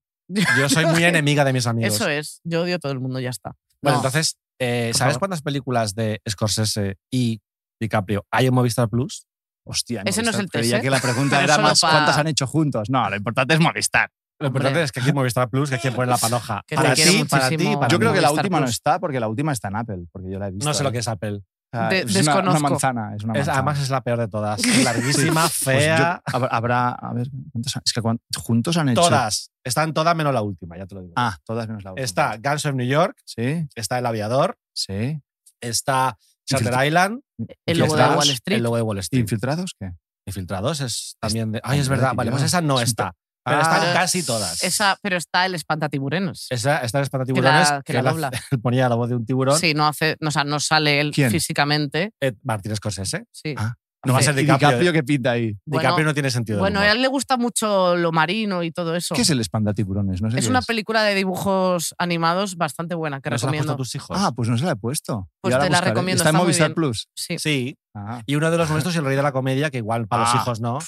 Speaker 7: Yo soy muy enemiga de mis amigos.
Speaker 5: Eso es. Yo odio a todo el mundo, ya está. No.
Speaker 7: Bueno, entonces, eh,
Speaker 8: Pues
Speaker 5: Por
Speaker 7: ¿sabes
Speaker 5: favor.
Speaker 7: cuántas películas de Scorsese y DiCaprio hay en Movistar Plus?
Speaker 8: Hostia,
Speaker 5: Ese no es el
Speaker 8: test. Ya
Speaker 5: test, ¿eh?
Speaker 8: que la pregunta
Speaker 5: Pero
Speaker 8: era
Speaker 5: solo
Speaker 8: más
Speaker 5: pa-
Speaker 8: cuántas han hecho juntos. No, lo importante es molestar.
Speaker 7: Lo importante
Speaker 5: Hombre.
Speaker 7: es que aquí en Movistar Plus, que aquí ponen la panoja.
Speaker 5: Que
Speaker 8: te
Speaker 7: para
Speaker 8: quiero
Speaker 7: ti, para ti,
Speaker 5: muchísimo.
Speaker 7: para
Speaker 8: Yo creo
Speaker 7: mí.
Speaker 8: que la
Speaker 5: Movistar
Speaker 8: última no
Speaker 5: Plus.
Speaker 8: está porque la última está en Apple, porque yo la he visto.
Speaker 7: No sé lo
Speaker 8: ¿eh?
Speaker 7: que es Apple.
Speaker 8: O sea,
Speaker 5: De-
Speaker 8: es una- Una,
Speaker 5: desconozco.
Speaker 8: manzana, es una
Speaker 7: Es-
Speaker 8: manzana.
Speaker 7: además es la peor de todas. Larguísima,
Speaker 8: Pues yo-
Speaker 7: fea.
Speaker 8: hab- habrá, a ver, ¿cuántas han- Es que cuan- juntos han hecho.
Speaker 7: Todas. Están todas menos la última, ya te lo digo.
Speaker 8: Ah, todas menos la última.
Speaker 7: Está Guns of New York,
Speaker 8: Sí,
Speaker 7: está El Aviador,
Speaker 8: sí.
Speaker 7: está Shutter
Speaker 8: Infiltra-
Speaker 7: Island,
Speaker 5: El
Speaker 7: y
Speaker 5: logo de
Speaker 7: está
Speaker 5: Wall Street.
Speaker 7: El logo de Wall Street.
Speaker 8: ¿Infiltrados qué?
Speaker 7: Infiltrados es también de. Ay, es verdad.
Speaker 8: Hombre,
Speaker 7: Vale,
Speaker 8: tío.
Speaker 7: pues esa no
Speaker 8: Es un
Speaker 7: está.
Speaker 8: pe-
Speaker 7: Pero
Speaker 8: Ah.
Speaker 7: están casi todas.
Speaker 5: Esa, pero está el espantatiburenos.
Speaker 7: Esa está en
Speaker 5: que
Speaker 7: Espantatiburones.
Speaker 5: la, que la dobla.
Speaker 7: Ponía la voz de un tiburón.
Speaker 5: Sí, no hace, no, o sea, no sale él
Speaker 8: ¿Quién?
Speaker 5: físicamente.
Speaker 7: Eh, Martín Scorsese.
Speaker 5: Sí.
Speaker 8: Ah.
Speaker 7: No va a ser
Speaker 8: Y
Speaker 7: DiCaprio.
Speaker 8: DiCaprio que pinta ahí.
Speaker 5: Bueno,
Speaker 7: DiCaprio no tiene sentido. del
Speaker 5: Bueno, a
Speaker 7: humor.
Speaker 5: él le gusta mucho lo marino y todo eso.
Speaker 8: ¿Qué es el espantatiburones? No sé
Speaker 5: Es
Speaker 8: qué
Speaker 5: una película de dibujos animados bastante buena que
Speaker 7: ¿No se lo has puesto a
Speaker 5: recomiendo.
Speaker 7: tus hijos?
Speaker 8: Ah, pues no se la he puesto.
Speaker 5: Pues
Speaker 8: Ya
Speaker 5: te la
Speaker 8: buscaré.
Speaker 5: recomiendo,
Speaker 8: Está en
Speaker 5: está muy
Speaker 8: Movistar
Speaker 5: bien.
Speaker 8: Plus.
Speaker 5: Sí.
Speaker 7: Sí.
Speaker 8: Ah,
Speaker 7: Y uno de los nuestros es el rey de la comedia, que igual para los
Speaker 8: Ah.
Speaker 7: hijos no.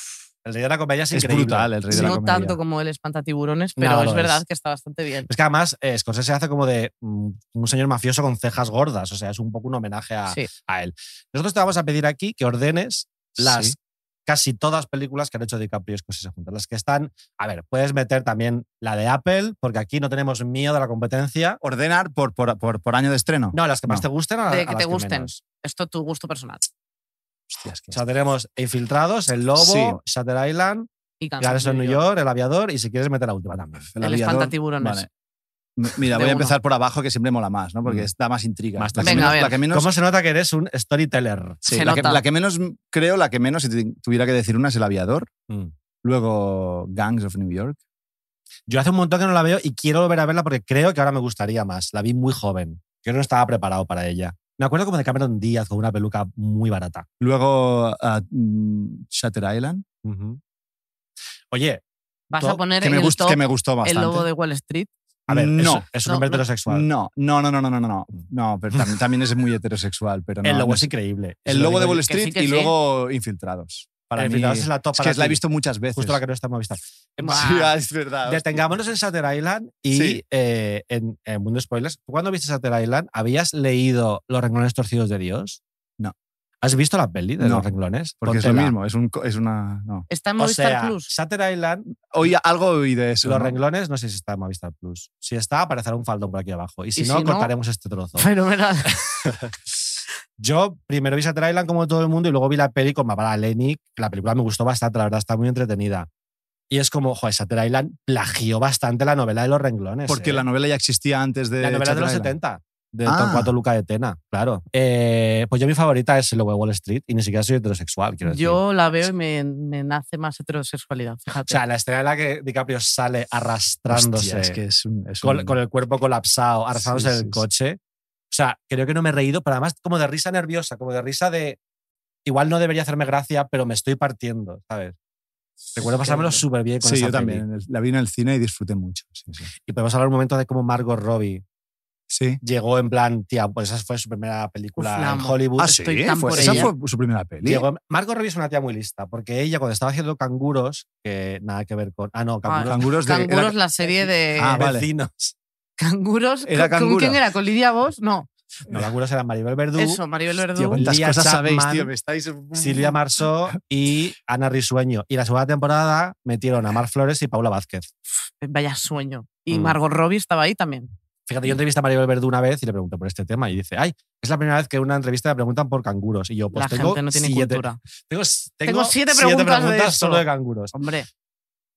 Speaker 7: El rey de la comedia es
Speaker 8: es
Speaker 7: increíble.
Speaker 8: brutal el rey de la
Speaker 5: no
Speaker 8: comedia.
Speaker 5: tanto como el espantatiburones, pero
Speaker 7: Nada
Speaker 5: es
Speaker 7: lo
Speaker 5: verdad
Speaker 7: es.
Speaker 5: que está bastante bien.
Speaker 7: Es que además eh, Scorsese hace como de mm, un señor mafioso con cejas gordas, o sea, es un poco un homenaje a,
Speaker 5: Sí.
Speaker 7: a él. Nosotros te vamos a pedir aquí que ordenes las
Speaker 8: Sí.
Speaker 7: casi todas películas que han hecho DiCaprio y Scorsese juntas. Las que están, a ver, puedes meter también la de Apple, porque aquí no tenemos miedo a la competencia.
Speaker 8: Ordenar por, por, por, por año de estreno.
Speaker 7: No, las que más
Speaker 8: No.
Speaker 7: te gusten a,
Speaker 5: De
Speaker 7: a
Speaker 5: que
Speaker 7: las
Speaker 5: te gusten.
Speaker 7: menos.
Speaker 5: Esto tu gusto personal.
Speaker 8: Hostias, que-
Speaker 7: O sea, tenemos Infiltrados, El Lobo,
Speaker 8: Sí.
Speaker 7: Shutter Island,
Speaker 5: Y Guns
Speaker 7: Gares
Speaker 5: N'
Speaker 7: en New York, El Aviador y si quieres meter la última también.
Speaker 8: El
Speaker 5: El
Speaker 8: aviador.
Speaker 5: espantatiburones.
Speaker 8: Vale. M- Mira,
Speaker 5: De
Speaker 8: voy a
Speaker 5: uno.
Speaker 8: empezar por abajo, que siempre mola más, ¿no? Porque
Speaker 7: Mm.
Speaker 8: es- da más intriga.
Speaker 7: Más
Speaker 8: la, que
Speaker 5: Venga,
Speaker 8: menos,
Speaker 5: a ver.
Speaker 8: la que menos-
Speaker 7: ¿Cómo se nota que eres un storyteller?
Speaker 8: sí,
Speaker 5: se
Speaker 8: la que-
Speaker 5: nota?
Speaker 8: la que menos mm, creo, la que menos, si tu- tuviera que decir una, es el aviador.
Speaker 7: Mm.
Speaker 8: Luego Gangs of New York.
Speaker 7: Yo hace un montón que no la veo y quiero volver a verla porque creo que ahora me gustaría más. La vi muy joven. Creo que no estaba preparado para ella. Me acuerdo como de Cameron Díaz con una peluca muy barata.
Speaker 8: Luego ah, mm, Shutter Island.
Speaker 7: Oye,
Speaker 5: Vas a
Speaker 8: To-
Speaker 5: poner
Speaker 8: que me,
Speaker 5: en el
Speaker 8: gust-
Speaker 5: top
Speaker 8: que me gustó
Speaker 5: el
Speaker 8: bastante.
Speaker 5: lobo de Wall Street.
Speaker 7: a ver, es-
Speaker 8: No,
Speaker 7: es, un
Speaker 5: no,
Speaker 7: hombre
Speaker 5: no.
Speaker 7: heterosexual.
Speaker 8: No, no, no, no, no, no, no, no. No, pero también, también es muy heterosexual. Pero no,
Speaker 7: Mm. el lobo
Speaker 8: no
Speaker 7: es
Speaker 8: sé.
Speaker 7: increíble.
Speaker 8: El lobo de Wall
Speaker 5: Que sí,
Speaker 8: Street
Speaker 5: que
Speaker 8: y
Speaker 5: sí.
Speaker 8: luego Infiltrados. Para mí,
Speaker 7: Infiltrados es la top
Speaker 8: es
Speaker 7: para
Speaker 8: que la he
Speaker 7: ti.
Speaker 8: visto muchas veces.
Speaker 7: Justo la que no está en Movistar.
Speaker 5: Buah.
Speaker 8: Sí, ah, es verdad.
Speaker 7: Detengámonos en Shutter Island y
Speaker 8: Sí.
Speaker 7: eh, en, en Mundo Spoilers. ¿Tú cuando viste Shutter Island habías leído Los renglones torcidos de Dios?
Speaker 8: No.
Speaker 7: ¿Has visto la peli de
Speaker 8: No,
Speaker 7: Los renglones?
Speaker 8: Porque es lo
Speaker 7: Póntela.
Speaker 8: mismo, es, un, co- es una. No.
Speaker 5: Está en
Speaker 7: O
Speaker 5: Movistar
Speaker 7: sea,
Speaker 5: Plus.
Speaker 7: Shutter Island
Speaker 8: Hoy algo oí de eso.
Speaker 7: Los
Speaker 8: ¿no?
Speaker 7: renglones, no sé si está en Movistar Plus. Si está, aparecerá un faldón por aquí abajo. Y si,
Speaker 5: si
Speaker 7: no,
Speaker 5: no?
Speaker 7: cortaremos este trozo.
Speaker 5: Fenomenal.
Speaker 7: Yo primero vi Shutter Island como todo el mundo y luego vi la peli con Barbara Lenny. La película me gustó bastante, la verdad, está muy entretenida. Y es como, joder, Shutter Island plagió bastante la novela de los renglones.
Speaker 8: Porque
Speaker 7: ¿eh?
Speaker 8: la novela ya existía antes de.
Speaker 7: La novela de
Speaker 8: Shutter
Speaker 7: los
Speaker 8: Island.
Speaker 7: 70. De
Speaker 8: Ah.
Speaker 7: Torcuato Luca de Tena, claro. Eh, pues yo mi favorita es el Lobo de Wall Street y ni siquiera soy heterosexual, quiero decir.
Speaker 5: Yo la veo y me, me nace más heterosexualidad,
Speaker 7: O
Speaker 5: fíjate.
Speaker 7: sea, la escena en la que DiCaprio sale arrastrándose.
Speaker 8: Hostia, es que es un. es
Speaker 7: con,
Speaker 8: un-
Speaker 7: con el cuerpo colapsado, arrasándose
Speaker 8: Sí,
Speaker 7: en el
Speaker 8: sí, sí.
Speaker 7: coche. O sea, creo que no me he reído, pero además como de risa nerviosa, como de risa de igual no debería hacerme gracia, pero me estoy partiendo, ¿sabes? Recuerdo pasármelo súper bien con
Speaker 8: Sí,
Speaker 7: esa
Speaker 8: yo
Speaker 7: peli.
Speaker 8: también. en el- La vi en el cine y disfruté mucho. Sí, sí.
Speaker 7: Y podemos hablar un momento de cómo Margot Robbie
Speaker 8: Sí.
Speaker 7: llegó en plan, tía, pues esa fue su primera película
Speaker 5: Uf, la
Speaker 7: en
Speaker 5: amo.
Speaker 7: Hollywood.
Speaker 5: Ah, sí, Estoy tan
Speaker 8: Fue-
Speaker 5: por
Speaker 8: esa
Speaker 5: ella.
Speaker 8: fue su primera peli.
Speaker 7: Llegó en- Margot Robbie es una tía muy lista, porque ella cuando estaba haciendo canguros, que nada que ver con... Ah, no, canguros.
Speaker 8: Canguros Pues de. era-
Speaker 5: Canguros, la serie de.
Speaker 8: Ah, vale.
Speaker 7: vecinos.
Speaker 5: Canguros.
Speaker 8: Era
Speaker 5: ¿Con-
Speaker 8: canguro.
Speaker 5: ¿Con quién era? ¿Con Lidia Vos? No.
Speaker 7: No, canguros eran Maribel Verdú.
Speaker 5: Eso, Maribel
Speaker 8: Hostia,
Speaker 5: Verdú.
Speaker 8: cuántas
Speaker 7: Lia
Speaker 8: cosas sabéis,
Speaker 7: Chapman,
Speaker 8: tío. Me estáis.
Speaker 7: Silvia Marsó y Ana Risueño. Y la segunda temporada metieron a Mar Flores y Paula Vázquez.
Speaker 5: Vaya sueño. Y
Speaker 7: Mm.
Speaker 5: Margot Robbie estaba ahí también.
Speaker 7: Fíjate, yo entrevisté a Maribel Verdú una vez y le pregunté por este tema y dice, ay, es la primera vez que en una entrevista le preguntan por canguros. Y yo, pues
Speaker 5: la
Speaker 7: tengo,
Speaker 5: gente no tiene
Speaker 7: siete,
Speaker 5: cultura.
Speaker 7: Tengo,
Speaker 5: Tengo siete preguntas de esto.
Speaker 7: solo de canguros.
Speaker 5: Hombre,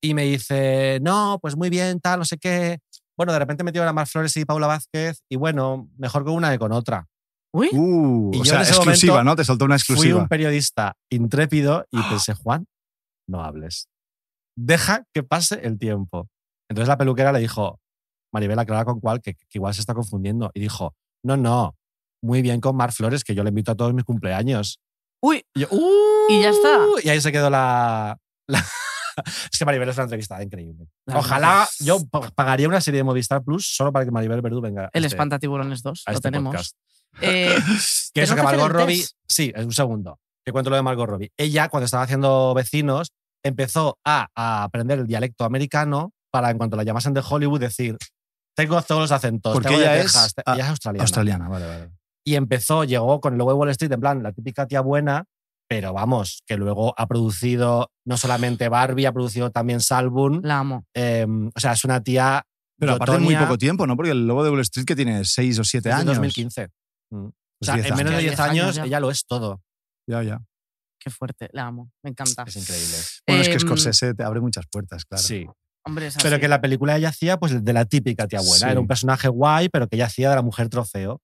Speaker 7: Y me dice, no, pues muy bien, tal, no sé qué. Bueno, de repente metieron a Mar Flores y Paula Vázquez y bueno, mejor con una que con otra.
Speaker 5: uy,
Speaker 8: Uh,
Speaker 7: Y yo
Speaker 8: o
Speaker 7: en
Speaker 8: sea,
Speaker 7: ese
Speaker 8: exclusiva,
Speaker 7: momento
Speaker 8: ¿no? Te soltó una exclusiva.
Speaker 7: Fui un periodista intrépido
Speaker 5: ¡Ah!
Speaker 7: y pensé, Juan, no hables. Deja que pase el tiempo. Entonces la peluquera le dijo, Maribel, aclara con cuál, que, que igual se está confundiendo. Y dijo, no, no, muy bien con Mar Flores, que yo le invito a todos mis cumpleaños.
Speaker 5: uy.
Speaker 7: Y, yo, "Uh".
Speaker 5: Y ya está.
Speaker 7: Y ahí se quedó la... la- es que Maribel es una entrevistada increíble.
Speaker 4: Ah,
Speaker 5: La
Speaker 7: Ojalá
Speaker 5: verdad.
Speaker 7: yo pa- pagaría una serie de Movistar Plus solo para que Maribel Verdú venga. a
Speaker 5: El
Speaker 7: este-
Speaker 5: Espantatiburones 2,
Speaker 7: a
Speaker 5: lo
Speaker 7: este
Speaker 5: tenemos.
Speaker 7: podcast.
Speaker 5: Eh,
Speaker 7: Que
Speaker 5: Tenemos que
Speaker 7: eso que
Speaker 5: hacer
Speaker 7: Margot
Speaker 5: el
Speaker 7: Robbie.
Speaker 5: test.
Speaker 7: Sí, es un segundo. Te cuento lo de Margot Robbie. Ella, cuando estaba haciendo vecinos, empezó a, a aprender el dialecto americano para, en cuanto la llamasen de Hollywood, decir: Tengo todos los acentos.
Speaker 8: Porque
Speaker 7: tengo de
Speaker 8: ella es
Speaker 7: Texas, te-
Speaker 8: a-
Speaker 7: ella es australiana.
Speaker 8: Australiana, vale, vale.
Speaker 7: Y empezó, llegó con el logo de Wall Street, en plan, la típica tía buena, pero vamos, que luego ha producido no solamente Barbie, ha producido también Salbun.
Speaker 5: la amo.
Speaker 7: Em, o sea, es una tía.
Speaker 8: Pero aparte en muy
Speaker 7: Yotonia,
Speaker 8: poco tiempo, ¿no? Porque el lobo de Wall Street que tiene 6 o 7
Speaker 7: desde
Speaker 8: años.
Speaker 7: 2015. O
Speaker 8: Pues
Speaker 7: sea,
Speaker 8: 10
Speaker 7: en menos de
Speaker 8: años.
Speaker 7: 10
Speaker 5: Ya,
Speaker 7: años,
Speaker 5: años ya.
Speaker 7: ella lo es todo.
Speaker 8: Ya, ya.
Speaker 5: Qué fuerte, la amo. Me encanta.
Speaker 7: Es increíble.
Speaker 8: Bueno, es que
Speaker 5: Em,
Speaker 8: Scorsese te abre muchas puertas, claro.
Speaker 7: Sí.
Speaker 5: Hombre, es
Speaker 7: Pero
Speaker 5: así.
Speaker 7: que la película ella hacía pues de la típica tía buena.
Speaker 8: Sí.
Speaker 7: Era un personaje guay, pero que ella hacía de la mujer trofeo.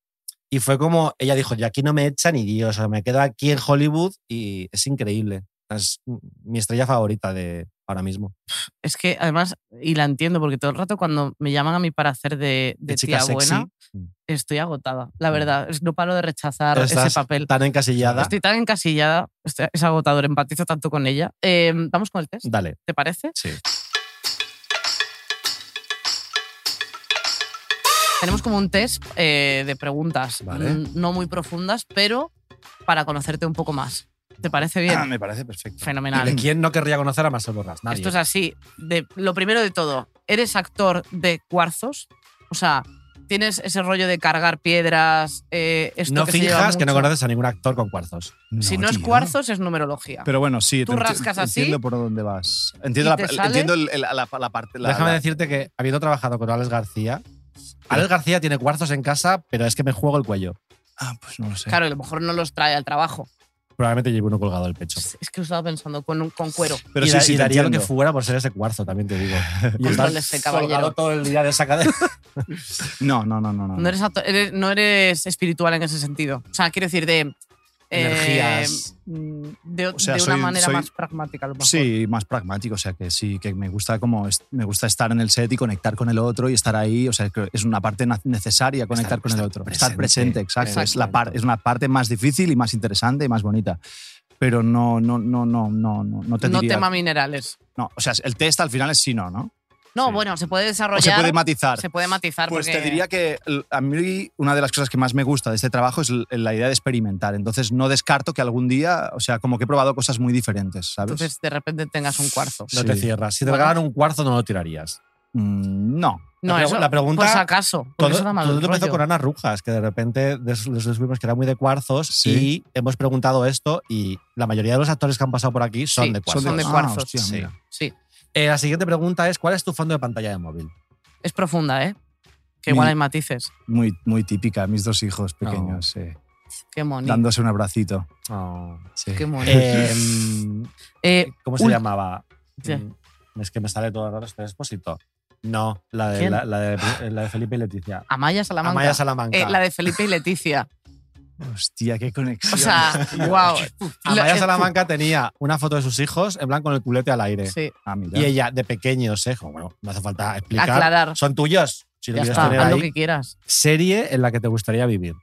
Speaker 7: Y fue como, ella dijo, yo aquí no me echa ni Dios, o sea, me quedo aquí en Hollywood y es increíble. Es mi estrella favorita de ahora mismo.
Speaker 5: Es que además, y la entiendo, porque todo el rato cuando me llaman a mí para hacer de, de
Speaker 7: chica
Speaker 5: tía
Speaker 7: sexy.
Speaker 5: buena,
Speaker 7: Mm.
Speaker 5: estoy agotada, la verdad. Es- No paro de rechazar
Speaker 7: Estás
Speaker 5: ese papel.
Speaker 7: tan encasillada.
Speaker 5: Estoy tan encasillada, estoy- es agotador, empatizo tanto con ella. Eh, Vamos con el test,
Speaker 7: Dale,
Speaker 5: ¿te parece?
Speaker 7: Mm. sí.
Speaker 5: Tenemos como un test eh, de preguntas,
Speaker 7: Vale.
Speaker 5: mm, no muy profundas, pero para conocerte un poco más. ¿Te parece bien?
Speaker 8: Ah, me parece perfecto.
Speaker 5: Fenomenal.
Speaker 7: ¿De quién no querría conocer a Marcel Borras? Nadie.
Speaker 5: Esto es así. De, lo primero de todo, eres actor de cuarzos. O sea, tienes ese rollo de cargar piedras. eh, esto
Speaker 7: no
Speaker 5: que se lleva
Speaker 7: finjas que no
Speaker 5: mucho.
Speaker 7: conoces a ningún actor con cuarzos.
Speaker 5: Si no, es
Speaker 8: tío.
Speaker 5: cuarzos, es numerología.
Speaker 8: Pero bueno, sí,
Speaker 5: Tú
Speaker 8: te enti-
Speaker 5: rascas así
Speaker 8: Entiendo por dónde vas.
Speaker 5: y
Speaker 8: Entiendo, la,
Speaker 5: te
Speaker 8: el-
Speaker 5: sale-
Speaker 8: entiendo el- el- la, la parte. la-
Speaker 7: Déjame
Speaker 8: la-
Speaker 7: decirte que, habiendo trabajado con Alex García, Alex García tiene cuarzos en casa, pero es que me juego el cuello.
Speaker 8: Ah, pues no lo sé.
Speaker 5: Claro, a lo mejor no los trae al trabajo.
Speaker 7: Probablemente lleve uno colgado del pecho.
Speaker 5: Es que lo estaba pensando con, un- con cuero.
Speaker 8: Pero
Speaker 7: y
Speaker 8: sí,
Speaker 7: da-
Speaker 8: sí,
Speaker 7: y
Speaker 8: te
Speaker 7: daría lo que
Speaker 8: entiendo.
Speaker 7: fuera por ser ese cuarzo, también te digo. Y
Speaker 5: Control
Speaker 7: estás
Speaker 5: de este
Speaker 7: colgado
Speaker 5: caballero.
Speaker 7: todo el día de esa cadena.
Speaker 8: No, no, no, no. no.
Speaker 5: No eres, acto- eres- no eres espiritual en ese sentido. O sea, quiero decir, de. eh,
Speaker 7: Energías.
Speaker 5: mm, de
Speaker 8: sea,
Speaker 5: de una
Speaker 8: soy-
Speaker 5: manera
Speaker 8: soy-
Speaker 5: más pragmática, a lo mejor.
Speaker 8: Sí, más pragmático, o sea que sí, que me gusta como est- me gusta estar en el set y conectar con el otro y estar ahí, o sea que es una parte na- necesaria conectar
Speaker 7: Estar-
Speaker 8: con el
Speaker 7: estar
Speaker 8: otro,
Speaker 7: presente.
Speaker 8: estar presente, exacto, Es, la par-
Speaker 7: Exacto.
Speaker 8: es una parte más difícil y más interesante y más bonita, pero no, no, no, no, no, no, no te
Speaker 5: no
Speaker 8: diría,
Speaker 5: tema minerales.
Speaker 8: no, o sea el test al final es sí no, ¿no?
Speaker 5: No,
Speaker 7: Sí.
Speaker 5: bueno, se puede desarrollar.
Speaker 8: O se puede matizar.
Speaker 5: se puede matizar
Speaker 8: Pues
Speaker 5: porque-
Speaker 8: te diría que l- a mí una de las cosas que más me gusta de este trabajo es l- la idea de experimentar. Entonces no descarto que algún día, o sea, como que he probado cosas muy diferentes, ¿sabes?
Speaker 5: Entonces, de repente tengas un cuarzo.
Speaker 7: No te
Speaker 8: Sí.
Speaker 7: cierras. Si te
Speaker 5: Bueno.
Speaker 7: regalan un cuarzo, no lo tirarías.
Speaker 8: Mm, no.
Speaker 5: No,
Speaker 7: La pregu-
Speaker 5: eso,
Speaker 7: la pregunta-
Speaker 5: Pues acaso. Porque
Speaker 7: Todo,
Speaker 5: eso da mal
Speaker 7: todo empezó
Speaker 5: rollo.
Speaker 7: con Ana Rujas, que de repente des- les descubrimos que era muy de cuarzos
Speaker 8: Sí.
Speaker 7: y hemos preguntado esto y la mayoría de los actores que han pasado por aquí son
Speaker 5: Sí,
Speaker 7: de
Speaker 5: son
Speaker 7: cuarzos.
Speaker 5: de
Speaker 8: Ah,
Speaker 5: cuarzos.
Speaker 8: hostia,
Speaker 7: Sí.
Speaker 8: mira.
Speaker 5: Sí,
Speaker 7: Eh, la siguiente pregunta es, ¿cuál es tu fondo de pantalla de móvil?
Speaker 5: es profunda, ¿eh? Que igual
Speaker 8: Mi-
Speaker 5: hay matices.
Speaker 8: Muy, muy típica, mis dos hijos pequeños, sí.
Speaker 5: Qué bonito.
Speaker 8: dándose un abracito.
Speaker 7: Ah.
Speaker 5: Qué bonito.
Speaker 7: Eh,
Speaker 5: Eh,
Speaker 7: ¿Cómo se
Speaker 5: ul-
Speaker 7: llamaba?
Speaker 5: Sí.
Speaker 7: Mm, Es que me sale todo el rato este expósito. No, la de,
Speaker 5: ¿Quién?
Speaker 7: la, la de, eh, la de Felipe y Leticia.
Speaker 5: Amaya Salamanca.
Speaker 7: Amaya Salamanca.
Speaker 5: Eh, la de Felipe y Leticia.
Speaker 8: Hostia, qué conexión.
Speaker 5: O sea, eh, wow.
Speaker 7: Amaya Salamanca eh, tenía una foto de sus hijos en blanco con el culete al aire.
Speaker 5: Sí.
Speaker 8: Ah, mira.
Speaker 7: Y ella, de pequeños, ¿eh? Como, bueno, no hace falta explicar.
Speaker 5: Aclarar.
Speaker 7: Son tuyos. Si
Speaker 5: Ah, Ya
Speaker 7: lo quieres
Speaker 5: está,
Speaker 7: tener
Speaker 5: haz lo
Speaker 7: ahí.
Speaker 5: que quieras.
Speaker 7: Serie en la que te gustaría vivir.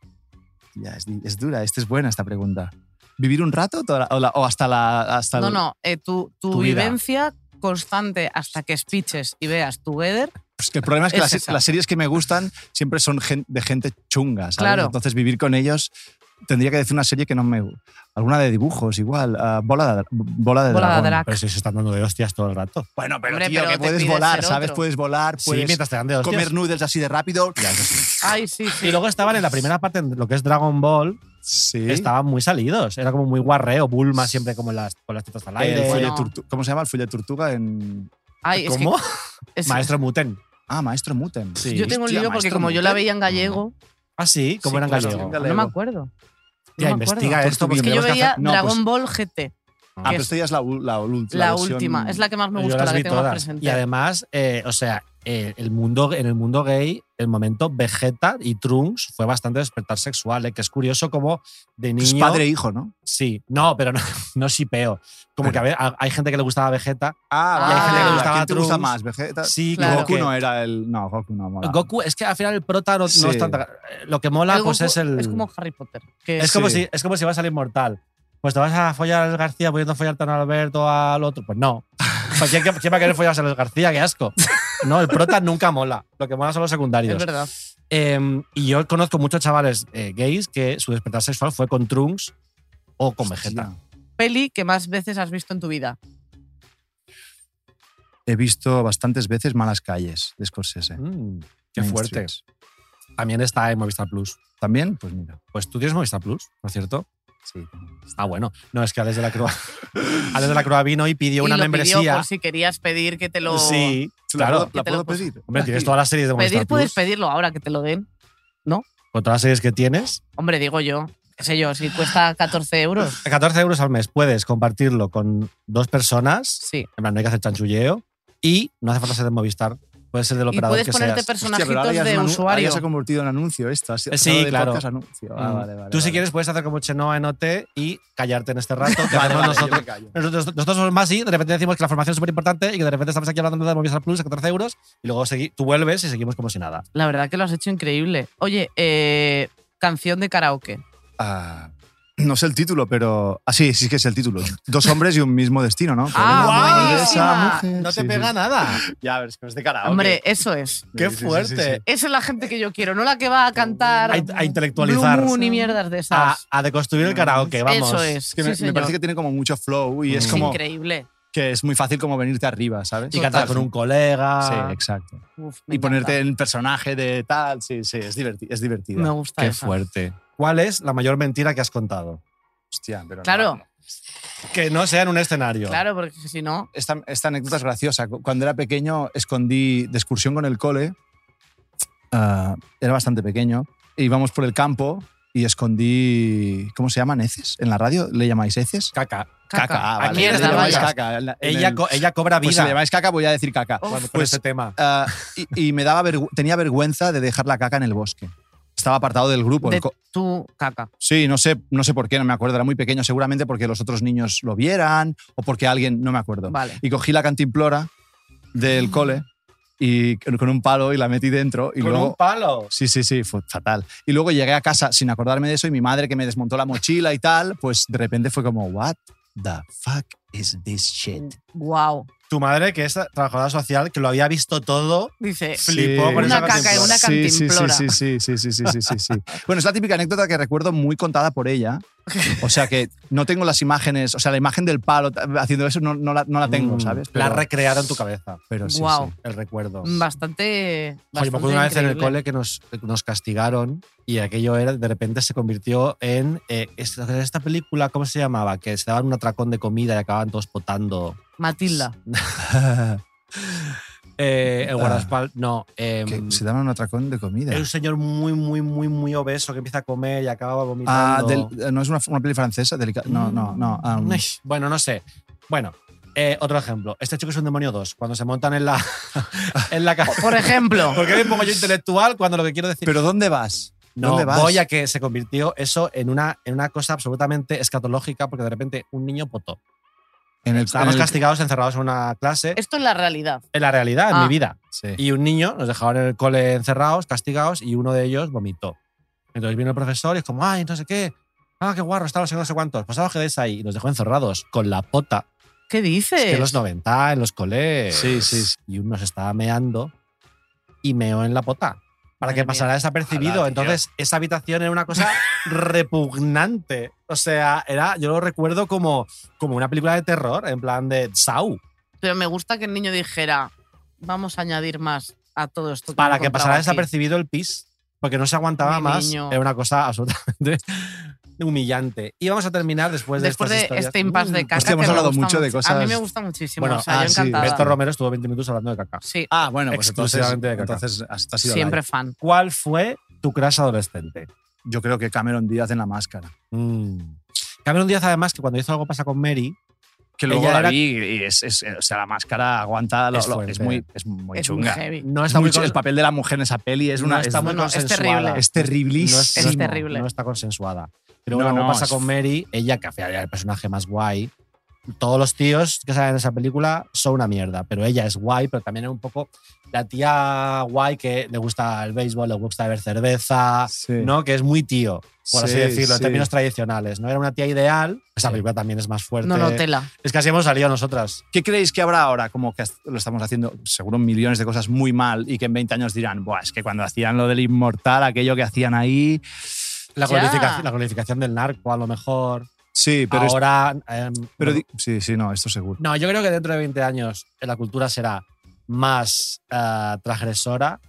Speaker 8: Ya, es, es dura, esta es buena esta pregunta. ¿Vivir un rato o, toda la- o la- o hasta la. Hasta
Speaker 5: No,
Speaker 8: el-
Speaker 5: no. eh, tu tu,
Speaker 7: Tu vida.
Speaker 5: vivencia constante hasta que espiches y veas tu weather.
Speaker 8: Pues que el problema es que
Speaker 5: Es
Speaker 8: las,
Speaker 5: esa.
Speaker 8: las series que me gustan siempre son gen- de gente chunga, ¿sabes?
Speaker 5: Claro.
Speaker 8: Entonces vivir con ellos. Tendría que decir una serie que no me. Alguna de dibujos, igual. ah, bola de, bola de
Speaker 5: Bola de
Speaker 8: dragón.
Speaker 5: drag.
Speaker 7: Pero si se están dando de hostias todo el rato.
Speaker 8: Bueno, pero
Speaker 5: Hombre,
Speaker 8: tío,
Speaker 5: pero
Speaker 8: que
Speaker 5: te
Speaker 8: puedes
Speaker 5: pide
Speaker 8: volar,
Speaker 5: ser
Speaker 8: ¿sabes?
Speaker 5: otro.
Speaker 8: Puedes volar,
Speaker 7: Sí,
Speaker 8: puedes
Speaker 7: mientras te dan de hostias.
Speaker 8: comer noodles así de rápido.
Speaker 5: Ay, sí, sí.
Speaker 7: Y luego estaban en la primera parte, en lo que es Dragon Ball,
Speaker 8: Sí.
Speaker 7: estaban muy salidos. Era como muy guarreo, Bulma siempre como las, con las tetas al
Speaker 8: El
Speaker 7: aire.
Speaker 8: fuelle
Speaker 5: Bueno.
Speaker 8: tortu- ¿Cómo se llama? El fuelle tortuga en.
Speaker 5: Ay, es que-
Speaker 7: ¿Cómo?
Speaker 5: es-
Speaker 7: Maestro Muten.
Speaker 8: Ah, Maestro Muten.
Speaker 7: Sí.
Speaker 5: Yo tengo un
Speaker 8: Hostia,
Speaker 5: lío porque
Speaker 8: Maestro
Speaker 5: como yo la
Speaker 8: Muten.
Speaker 5: veía en gallego.
Speaker 7: Ah, sí, como
Speaker 5: Sí,
Speaker 7: eran
Speaker 5: claro.
Speaker 7: gallego.
Speaker 5: No me acuerdo.
Speaker 7: Ya,
Speaker 5: no me acuerdo.
Speaker 7: investiga esto porque
Speaker 5: Es que yo
Speaker 7: tenemos que
Speaker 5: veía
Speaker 7: hacer-
Speaker 8: no, pues-
Speaker 5: Dragon Ball GT.
Speaker 8: Ah, pero esta ya es la, u- la, ul-
Speaker 5: la,
Speaker 8: versión-
Speaker 5: última. Es la que más me
Speaker 7: Yo
Speaker 5: gusta,
Speaker 7: las
Speaker 5: la que
Speaker 7: vi
Speaker 5: tengo más
Speaker 7: todas.
Speaker 5: presente.
Speaker 7: Y además, eh, o sea, eh, el mundo, en el mundo gay, el momento Vegeta y Trunks fue bastante despertar sexual, eh, que es curioso como de
Speaker 8: que Es
Speaker 7: niño.
Speaker 8: padre e hijo, ¿no?
Speaker 7: Sí, no, pero no, no shipeo. Como
Speaker 8: Bueno.
Speaker 7: que a ver, a- hay gente que le gustaba Vegeta.
Speaker 8: Ah,
Speaker 5: vale,
Speaker 8: ¿quién
Speaker 5: vale.
Speaker 8: te gusta,
Speaker 7: Ah.
Speaker 8: ¿Quién te gusta
Speaker 7: Trunks.
Speaker 8: más? Vegeta.
Speaker 7: Sí,
Speaker 5: Ah, Claro.
Speaker 8: Goku
Speaker 7: que-
Speaker 8: no era el. No, Goku no mola.
Speaker 7: Goku, es que al final el prota no, no
Speaker 8: Sí.
Speaker 7: es tanta. Lo que mola,
Speaker 5: El
Speaker 7: pues
Speaker 5: Goku
Speaker 7: es el.
Speaker 5: es como Harry Potter. que
Speaker 7: es
Speaker 5: es-
Speaker 7: como
Speaker 8: Sí.
Speaker 7: si, es como si vas al inmortal. Pues te vas a follar al García pudiendo follarte a Alberto al otro. Pues no. O sea, ¿Quién, quién va a querer follarse al García? ¡Qué asco! No, el prota nunca mola. Lo que mola son los
Speaker 5: es
Speaker 7: secundarios.
Speaker 5: verdad.
Speaker 7: Eh, y yo conozco muchos chavales eh, gays que su despertar sexual fue con Trunks o con Vegeta.
Speaker 8: Hostia.
Speaker 5: Peli que más veces has visto en tu vida.
Speaker 8: He visto bastantes veces Malas Calles de Scorsese.
Speaker 7: Mm, qué
Speaker 8: Main
Speaker 7: fuerte.
Speaker 8: Streets.
Speaker 7: También está en Movistar Plus.
Speaker 8: ¿También? Pues mira.
Speaker 7: Pues tú tienes Movistar Plus, ¿no es cierto?
Speaker 8: Sí.
Speaker 7: Ah, bueno. No, es que Alex de la Crua, Alex de la Crua vino y pidió
Speaker 5: Y
Speaker 7: una
Speaker 5: lo
Speaker 7: membresía.
Speaker 5: pidió por si querías pedir que te lo.
Speaker 7: Sí,
Speaker 8: ¿La
Speaker 7: claro.
Speaker 5: Que
Speaker 8: puedo, la
Speaker 5: te lo
Speaker 8: puedo
Speaker 5: puse.
Speaker 8: pedir?
Speaker 7: Hombre, tienes todas las series de Movistar
Speaker 5: Pedir puedes
Speaker 7: Plus.
Speaker 5: pedirlo ahora que te lo den.
Speaker 7: Con todas las series que tienes.
Speaker 5: Hombre, digo yo. Qué sé yo, si cuesta 14 euros.
Speaker 7: A 14 euros al mes puedes compartirlo con dos personas.
Speaker 5: Sí.
Speaker 7: En plan, no hay que hacer chanchulleo. Y no hace falta ser de Movistar. Puede ser del
Speaker 5: Y
Speaker 7: operador
Speaker 5: puedes
Speaker 7: que
Speaker 5: ponerte
Speaker 7: seas.
Speaker 5: personajitos
Speaker 8: pero ahora ya es
Speaker 5: de
Speaker 8: un anu- ahora
Speaker 5: usuario.
Speaker 8: ya se ha convertido en anuncio esto. ha sido-
Speaker 7: Eh, sí,
Speaker 8: pasado de
Speaker 7: claro.
Speaker 8: podcast a anuncio. Ah,
Speaker 7: Mm.
Speaker 8: vale, vale,
Speaker 7: Tú, si
Speaker 8: vale.
Speaker 7: quieres, puedes hacer como Chenoa en OT y callarte en este rato. que
Speaker 8: Vale,
Speaker 7: hacemos
Speaker 8: vale, yo
Speaker 7: nosotros.
Speaker 8: me callo.
Speaker 7: Nosotros, nosotros somos más y de repente decimos que la formación es súper importante y que de repente estamos aquí hablando de Movistar Plus a 14 euros y luego segui- tú vuelves y seguimos como si nada.
Speaker 5: La verdad que lo has hecho increíble. Oye, eh, canción de karaoke.
Speaker 8: Ah, no sé el título, pero. Ah, sí, sí que es el título. Dos hombres y un mismo destino, ¿no?
Speaker 5: Ah,
Speaker 8: Problemas de
Speaker 5: buenísima.
Speaker 8: esa mujer.
Speaker 7: No te
Speaker 8: Sí,
Speaker 7: pega
Speaker 8: sí.
Speaker 7: nada.
Speaker 8: Ya, pero es que es de
Speaker 7: Ah,
Speaker 8: cara.
Speaker 5: Hombre, eso es.
Speaker 7: ¡Qué
Speaker 8: Sí, sí, sí, sí,
Speaker 7: fuerte!
Speaker 8: sí.
Speaker 5: Esa es la gente que yo quiero, no la que va a cantar.
Speaker 7: A, in- a intelectualizar.
Speaker 5: Blue Moon y mierdas de
Speaker 7: A,
Speaker 5: esas.
Speaker 7: a deconstruir el karaoke, vamos.
Speaker 5: Eso es.
Speaker 8: Es que
Speaker 5: sí,
Speaker 8: me, me
Speaker 5: señor.
Speaker 8: parece que tiene como mucho flow y es
Speaker 7: Mm.
Speaker 8: como
Speaker 5: increíble.
Speaker 8: que es muy fácil como venirte arriba, ¿sabes?
Speaker 7: Y cantar con un colega.
Speaker 8: Sí, exacto.
Speaker 5: Uf, me
Speaker 8: Y ponerte
Speaker 5: encanta.
Speaker 8: en personaje de tal, sí, sí, es, diverti es divertido.
Speaker 5: Me gusta
Speaker 7: Qué
Speaker 5: esa.
Speaker 7: fuerte. ¿Cuál es la mayor mentira que has contado?
Speaker 8: Hostia, pero no.
Speaker 5: Claro.
Speaker 7: Que no sea en un escenario.
Speaker 5: Claro, porque si no.
Speaker 8: Esta, esta anécdota es graciosa. Cu- Cuando era pequeño, escondí de excursión con el cole. ah, era bastante pequeño. E íbamos por el campo y escondí. ¿Cómo se llaman? ¿Heces? ¿En la radio le llamáis heces?
Speaker 7: Caca.
Speaker 5: Caca.
Speaker 8: Ah, vale.
Speaker 7: Aquí
Speaker 8: Pues
Speaker 5: es
Speaker 8: le
Speaker 5: la
Speaker 8: llamáis
Speaker 5: valla.
Speaker 8: caca. En la- en
Speaker 7: Ella,
Speaker 8: el-
Speaker 7: co- ella cobra
Speaker 8: pues si le
Speaker 7: vida
Speaker 8: llamáis caca, voy a decir caca.
Speaker 7: cuando- con
Speaker 8: Pues-
Speaker 7: este tema.
Speaker 8: Ah, y, y me daba vergü- tenía vergüenza de dejar la caca en el bosque. Estaba apartado del grupo. el
Speaker 5: De
Speaker 8: co-
Speaker 5: tu caca.
Speaker 8: sí, no sé, no sé por qué, no me acuerdo. Era muy pequeño, seguramente porque los otros niños lo vieran o porque alguien, no me acuerdo.
Speaker 5: Vale.
Speaker 8: Y cogí la cantimplora del cole y con con un palo y la metí dentro y
Speaker 7: Mm. Con
Speaker 8: luego.
Speaker 7: un palo.
Speaker 8: Sí, sí, sí, fue fatal. Y luego llegué a casa sin acordarme de eso y mi madre que me desmontó la mochila y tal, pues de repente fue como, what the fuck is this shit?
Speaker 5: Wow.
Speaker 7: Tu madre, que es trabajadora social, que lo había visto todo.
Speaker 5: Dice.
Speaker 7: Flipó por
Speaker 5: Una
Speaker 7: esa
Speaker 5: caca en
Speaker 7: cantimplora.
Speaker 5: una
Speaker 8: Sí, sí,
Speaker 5: cantimplora.
Speaker 8: Sí, sí, sí, sí, sí, sí, sí, sí. Bueno, es la típica anécdota que recuerdo muy contada por ella. O sea que no tengo las imágenes, o sea, la imagen del palo ta- haciendo eso no, no la, no la tengo,
Speaker 7: Mm,
Speaker 8: ¿sabes?
Speaker 7: La
Speaker 8: Pero-
Speaker 7: recrearon en tu cabeza.
Speaker 8: pero sí,
Speaker 5: Guau.
Speaker 8: sí.
Speaker 7: El recuerdo.
Speaker 5: Bastante.
Speaker 7: Oye, me
Speaker 5: bastante
Speaker 7: acuerdo una vez en el
Speaker 5: increíble.
Speaker 7: cole que nos, nos castigaron y aquello era, de repente se convirtió en eh, esta, esta película, ¿cómo se llamaba? Que se daban un atracón de comida y acababan todos potando.
Speaker 5: Matilda.
Speaker 7: Eh, el guardaespaldas. No. eh,
Speaker 8: Que se daban un atracón de comida.
Speaker 7: era un señor muy, muy, muy, muy obeso que empieza a comer y acaba
Speaker 8: Ah,
Speaker 7: vomitando.
Speaker 8: del- no es una, una peli francesa, delica- No, no, no. ah, um,
Speaker 7: Ay, Bueno, no sé. Bueno, eh, otro ejemplo. Este chico es un demonio 2. Cuando se montan en la. en la ca-
Speaker 5: Por ejemplo.
Speaker 7: ¿Por qué me pongo yo intelectual cuando lo que quiero decir.
Speaker 8: pero ¿dónde vas?
Speaker 7: No,
Speaker 8: ¿Dónde vas?
Speaker 7: voy a que se convirtió eso en una, en una cosa absolutamente escatológica porque de repente un niño potó.
Speaker 8: En el,
Speaker 7: Estábamos
Speaker 8: en el-
Speaker 7: castigados, encerrados en una clase,
Speaker 5: Esto es la realidad.
Speaker 7: en la realidad, en
Speaker 5: Ah.
Speaker 7: mi vida.
Speaker 8: Sí.
Speaker 7: Y un niño, nos dejaban en el cole encerrados, castigados, y uno de ellos vomitó. Entonces vino el profesor y es como, ay, no sé qué, ah, qué guarro, está no sé, no sé cuántos. Pues ahora os quedéis ahí y nos dejó encerrados con la pota.
Speaker 5: ¿Qué dices?
Speaker 7: Es que en los 90, Ah, en los coles.
Speaker 8: Sí, sí, sí.
Speaker 7: Y uno se estaba meando y meó en la pota. Para
Speaker 5: Madre
Speaker 7: que pasara
Speaker 5: mía.
Speaker 7: desapercibido.
Speaker 8: Ojalá, tío.
Speaker 7: Entonces, esa habitación era una cosa repugnante. O sea, era, yo lo recuerdo como, como una película de terror, en plan de Sau.
Speaker 5: Pero me gusta que el niño dijera, vamos a añadir más a todo esto. he
Speaker 7: Para que
Speaker 5: encontrado
Speaker 7: pasara
Speaker 5: aquí".
Speaker 7: desapercibido el pis. Porque no se aguantaba
Speaker 5: Mi
Speaker 7: más.
Speaker 5: niño.
Speaker 7: Era una cosa absolutamente humillante. Y vamos a terminar después,
Speaker 5: Después
Speaker 7: de
Speaker 5: de
Speaker 7: estas historias.
Speaker 5: este impasse de
Speaker 7: Mm.
Speaker 5: caca.
Speaker 8: Hostia, hemos
Speaker 5: que me
Speaker 8: hablado
Speaker 5: gusta
Speaker 8: mucho de
Speaker 5: A mí
Speaker 8: cosas-
Speaker 5: me gusta muchísimo.
Speaker 7: Bueno,
Speaker 5: o sea,
Speaker 8: ah,
Speaker 5: yo
Speaker 8: sí,
Speaker 5: encantada.
Speaker 7: Beto Romero estuvo 20 minutos hablando de caca.
Speaker 5: Sí,
Speaker 8: Ah, bueno, pues
Speaker 7: Exclusivamente de caca.
Speaker 8: entonces, entonces hasta ha sido
Speaker 5: siempre fan.
Speaker 7: ¿Cuál fue tu crush adolescente?
Speaker 8: light. Yo creo que Cameron Díaz en la máscara.
Speaker 7: Mm. Cameron Díaz, además, que cuando hizo algo pasa con Mary,
Speaker 8: que
Speaker 7: luego
Speaker 8: luego
Speaker 7: la
Speaker 8: la vi y es, es- o sea, la máscara aguanta, lo-
Speaker 7: Es
Speaker 8: lo- es,
Speaker 7: fuerte.
Speaker 8: muy, es muy
Speaker 5: Es muy
Speaker 8: chunga.
Speaker 5: heavy.
Speaker 7: no
Speaker 8: Es
Speaker 7: está
Speaker 8: muy
Speaker 7: muy
Speaker 8: chu-
Speaker 7: con-
Speaker 8: el papel de la mujer en esa peli es
Speaker 7: no
Speaker 8: una.
Speaker 7: está
Speaker 8: es-
Speaker 7: muy
Speaker 5: no, no, es
Speaker 7: consensuada.
Speaker 5: terrible.
Speaker 8: Es terriblísimo.
Speaker 7: No es-
Speaker 5: Es
Speaker 7: no-
Speaker 5: terrible.
Speaker 7: No está consensuada. Pero
Speaker 8: No,
Speaker 7: bueno, algo
Speaker 8: no,
Speaker 7: pasa
Speaker 8: es-
Speaker 7: con Mary, ella que al final era el personaje más guay. Todos los tíos que salen en esa película son una mierda, pero ella es guay, pero también es un poco la tía guay que le gusta el béisbol, le gusta beber cerveza,
Speaker 8: Sí.
Speaker 7: ¿no? Que es muy tío, por así
Speaker 8: Sí,
Speaker 7: decirlo, en
Speaker 8: sí.
Speaker 7: términos tradicionales. No era una tía ideal, esa película también es más fuerte.
Speaker 5: No, no, tela.
Speaker 7: es que así hemos salido nosotras.
Speaker 8: ¿Qué creéis que habrá ahora? Como que lo estamos haciendo, seguro, millones de cosas muy mal y que en 20 años dirán, Buah, es que cuando hacían lo del inmortal, aquello que hacían ahí.
Speaker 7: La
Speaker 5: Ya.
Speaker 7: glorificación, la glorificación del narco, a lo mejor.
Speaker 8: Sí, pero. es-
Speaker 7: Ahora. em,
Speaker 8: pero
Speaker 7: no-
Speaker 8: di- sí, sí, no, esto seguro.
Speaker 7: No, yo creo que dentro de 20 años eh, la cultura será más eh, transgresora,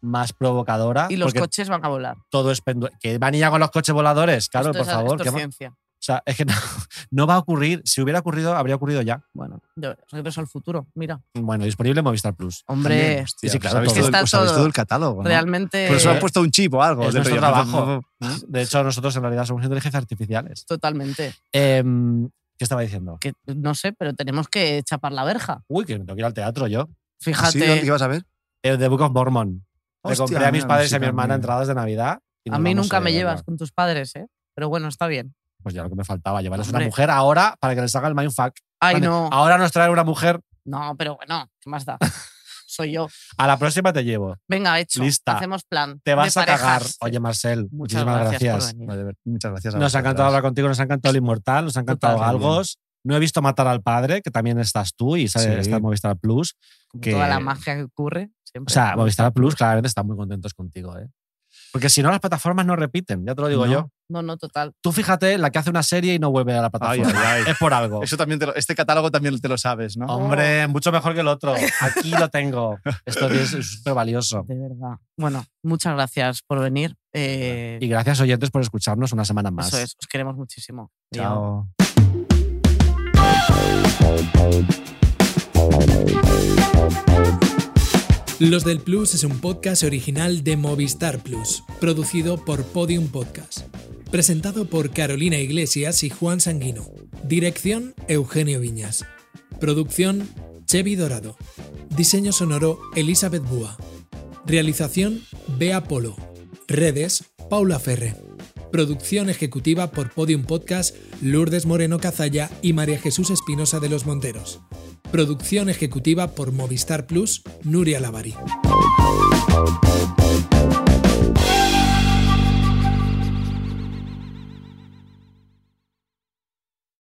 Speaker 7: más provocadora.
Speaker 5: Y los
Speaker 7: porque
Speaker 5: coches van a volar.
Speaker 7: todo es pendu- Que van y ya con los coches voladores, claro,
Speaker 5: Esto
Speaker 7: por
Speaker 5: es-
Speaker 7: favor.
Speaker 5: esto
Speaker 7: que
Speaker 5: es
Speaker 7: ma-
Speaker 5: ciencia.
Speaker 7: o sea, es que no, no va a ocurrir. Si hubiera ocurrido, habría ocurrido ya.
Speaker 5: Bueno, yo regreso al futuro. Mira,
Speaker 7: Bueno, disponible en Movistar Plus.
Speaker 5: hombre,
Speaker 8: También, hostia,
Speaker 7: Sí, sí, claro,
Speaker 8: os habéis
Speaker 7: todo.
Speaker 8: todo,
Speaker 5: Está
Speaker 8: el- os habéis
Speaker 5: todo.
Speaker 8: todo el catálogo. ¿no?
Speaker 5: realmente
Speaker 8: Por eso
Speaker 7: pues,
Speaker 8: han puesto un chip o algo.
Speaker 7: Es
Speaker 8: de-
Speaker 7: nuestro trabajo. De hecho, nosotros en realidad somos inteligencias artificiales.
Speaker 5: totalmente.
Speaker 7: Em, ¿Qué estaba diciendo?
Speaker 5: Que, no sé, pero tenemos que chapar la verja.
Speaker 7: Uy, que me tengo que ir al teatro Ah, yo.
Speaker 8: ¿Sí? ¿Dónde
Speaker 5: Fíjate,
Speaker 8: ibas a ver?
Speaker 7: Eh, The Book of Mormon. Le
Speaker 8: Hostia,
Speaker 7: compré a mis
Speaker 8: mira,
Speaker 7: padres y
Speaker 8: sí,
Speaker 7: a mi hermana
Speaker 8: también.
Speaker 7: entradas de Navidad. y
Speaker 5: A
Speaker 7: nos
Speaker 5: mí
Speaker 7: vamos
Speaker 5: nunca
Speaker 7: a
Speaker 5: me
Speaker 7: verla.
Speaker 5: llevas con tus padres, ¿eh? Pero bueno, está bien.
Speaker 7: Pues ya lo que me faltaba, llevarles una
Speaker 5: Hombre.
Speaker 7: mujer ahora para que les haga el mindfuck.
Speaker 5: Ay,
Speaker 7: Vale, Ah.
Speaker 5: no.
Speaker 7: Ahora nos traen una mujer,
Speaker 5: No, pero bueno, ¿qué más da? Soy yo.
Speaker 7: a la próxima te llevo.
Speaker 5: Venga, hecho.
Speaker 7: Lista.
Speaker 5: Hacemos plan.
Speaker 7: Te
Speaker 5: de
Speaker 7: vas a cagar.
Speaker 5: parejas.
Speaker 7: Oye, Marcel,
Speaker 5: Muchas
Speaker 7: muchísimas
Speaker 5: gracias por
Speaker 7: gracias.
Speaker 5: venir.
Speaker 8: Vale, Muchas gracias. a
Speaker 7: Nos ha encantado
Speaker 8: vosotras.
Speaker 7: hablar contigo, nos ha encantado el Inmortal, nos ha encantado
Speaker 8: Total,
Speaker 7: Galgos.
Speaker 8: también.
Speaker 7: No he visto Matar al Padre, que también estás tú y sale-
Speaker 8: Sí.
Speaker 7: está en Movistar Plus.
Speaker 5: Como
Speaker 7: que-
Speaker 5: Toda la magia que ocurre.
Speaker 7: O
Speaker 5: Siempre.
Speaker 7: sea, Movistar Plus claramente están muy contentos contigo. ¿eh? Porque si no, las plataformas no repiten, ya te lo digo
Speaker 8: No.
Speaker 7: yo.
Speaker 5: No, no, total.
Speaker 7: Tú fíjate, la que hace una serie y no vuelve a la
Speaker 8: Ay,
Speaker 7: plataforma.
Speaker 8: ay, ay.
Speaker 7: Es por algo.
Speaker 8: Eso también te lo- este catálogo también te lo sabes, ¿no?
Speaker 7: Hombre, mucho mejor que el otro. Aquí lo tengo. Esto es súper valioso.
Speaker 5: De verdad. Bueno, muchas gracias por venir. Eh,
Speaker 7: Y gracias, oyentes, por escucharnos una semana más.
Speaker 5: eso es. Os queremos muchísimo. Adiós.
Speaker 8: Chao.
Speaker 3: Los del Plus es un podcast original de Movistar Plus, producido por Podium Podcast. Presentado por Carolina Iglesias y Juan Sanguino. Dirección Eugenio Viñas. Producción Chevy Dorado. Diseño sonoro Elizabeth Búa. Realización Bea Polo. Redes Paula Ferre. Producción ejecutiva por Podium Podcast Lourdes Moreno Cazalla y María Jesús Espinosa de los Monteros. Producción ejecutiva por Movistar Plus, Nuria Lavari.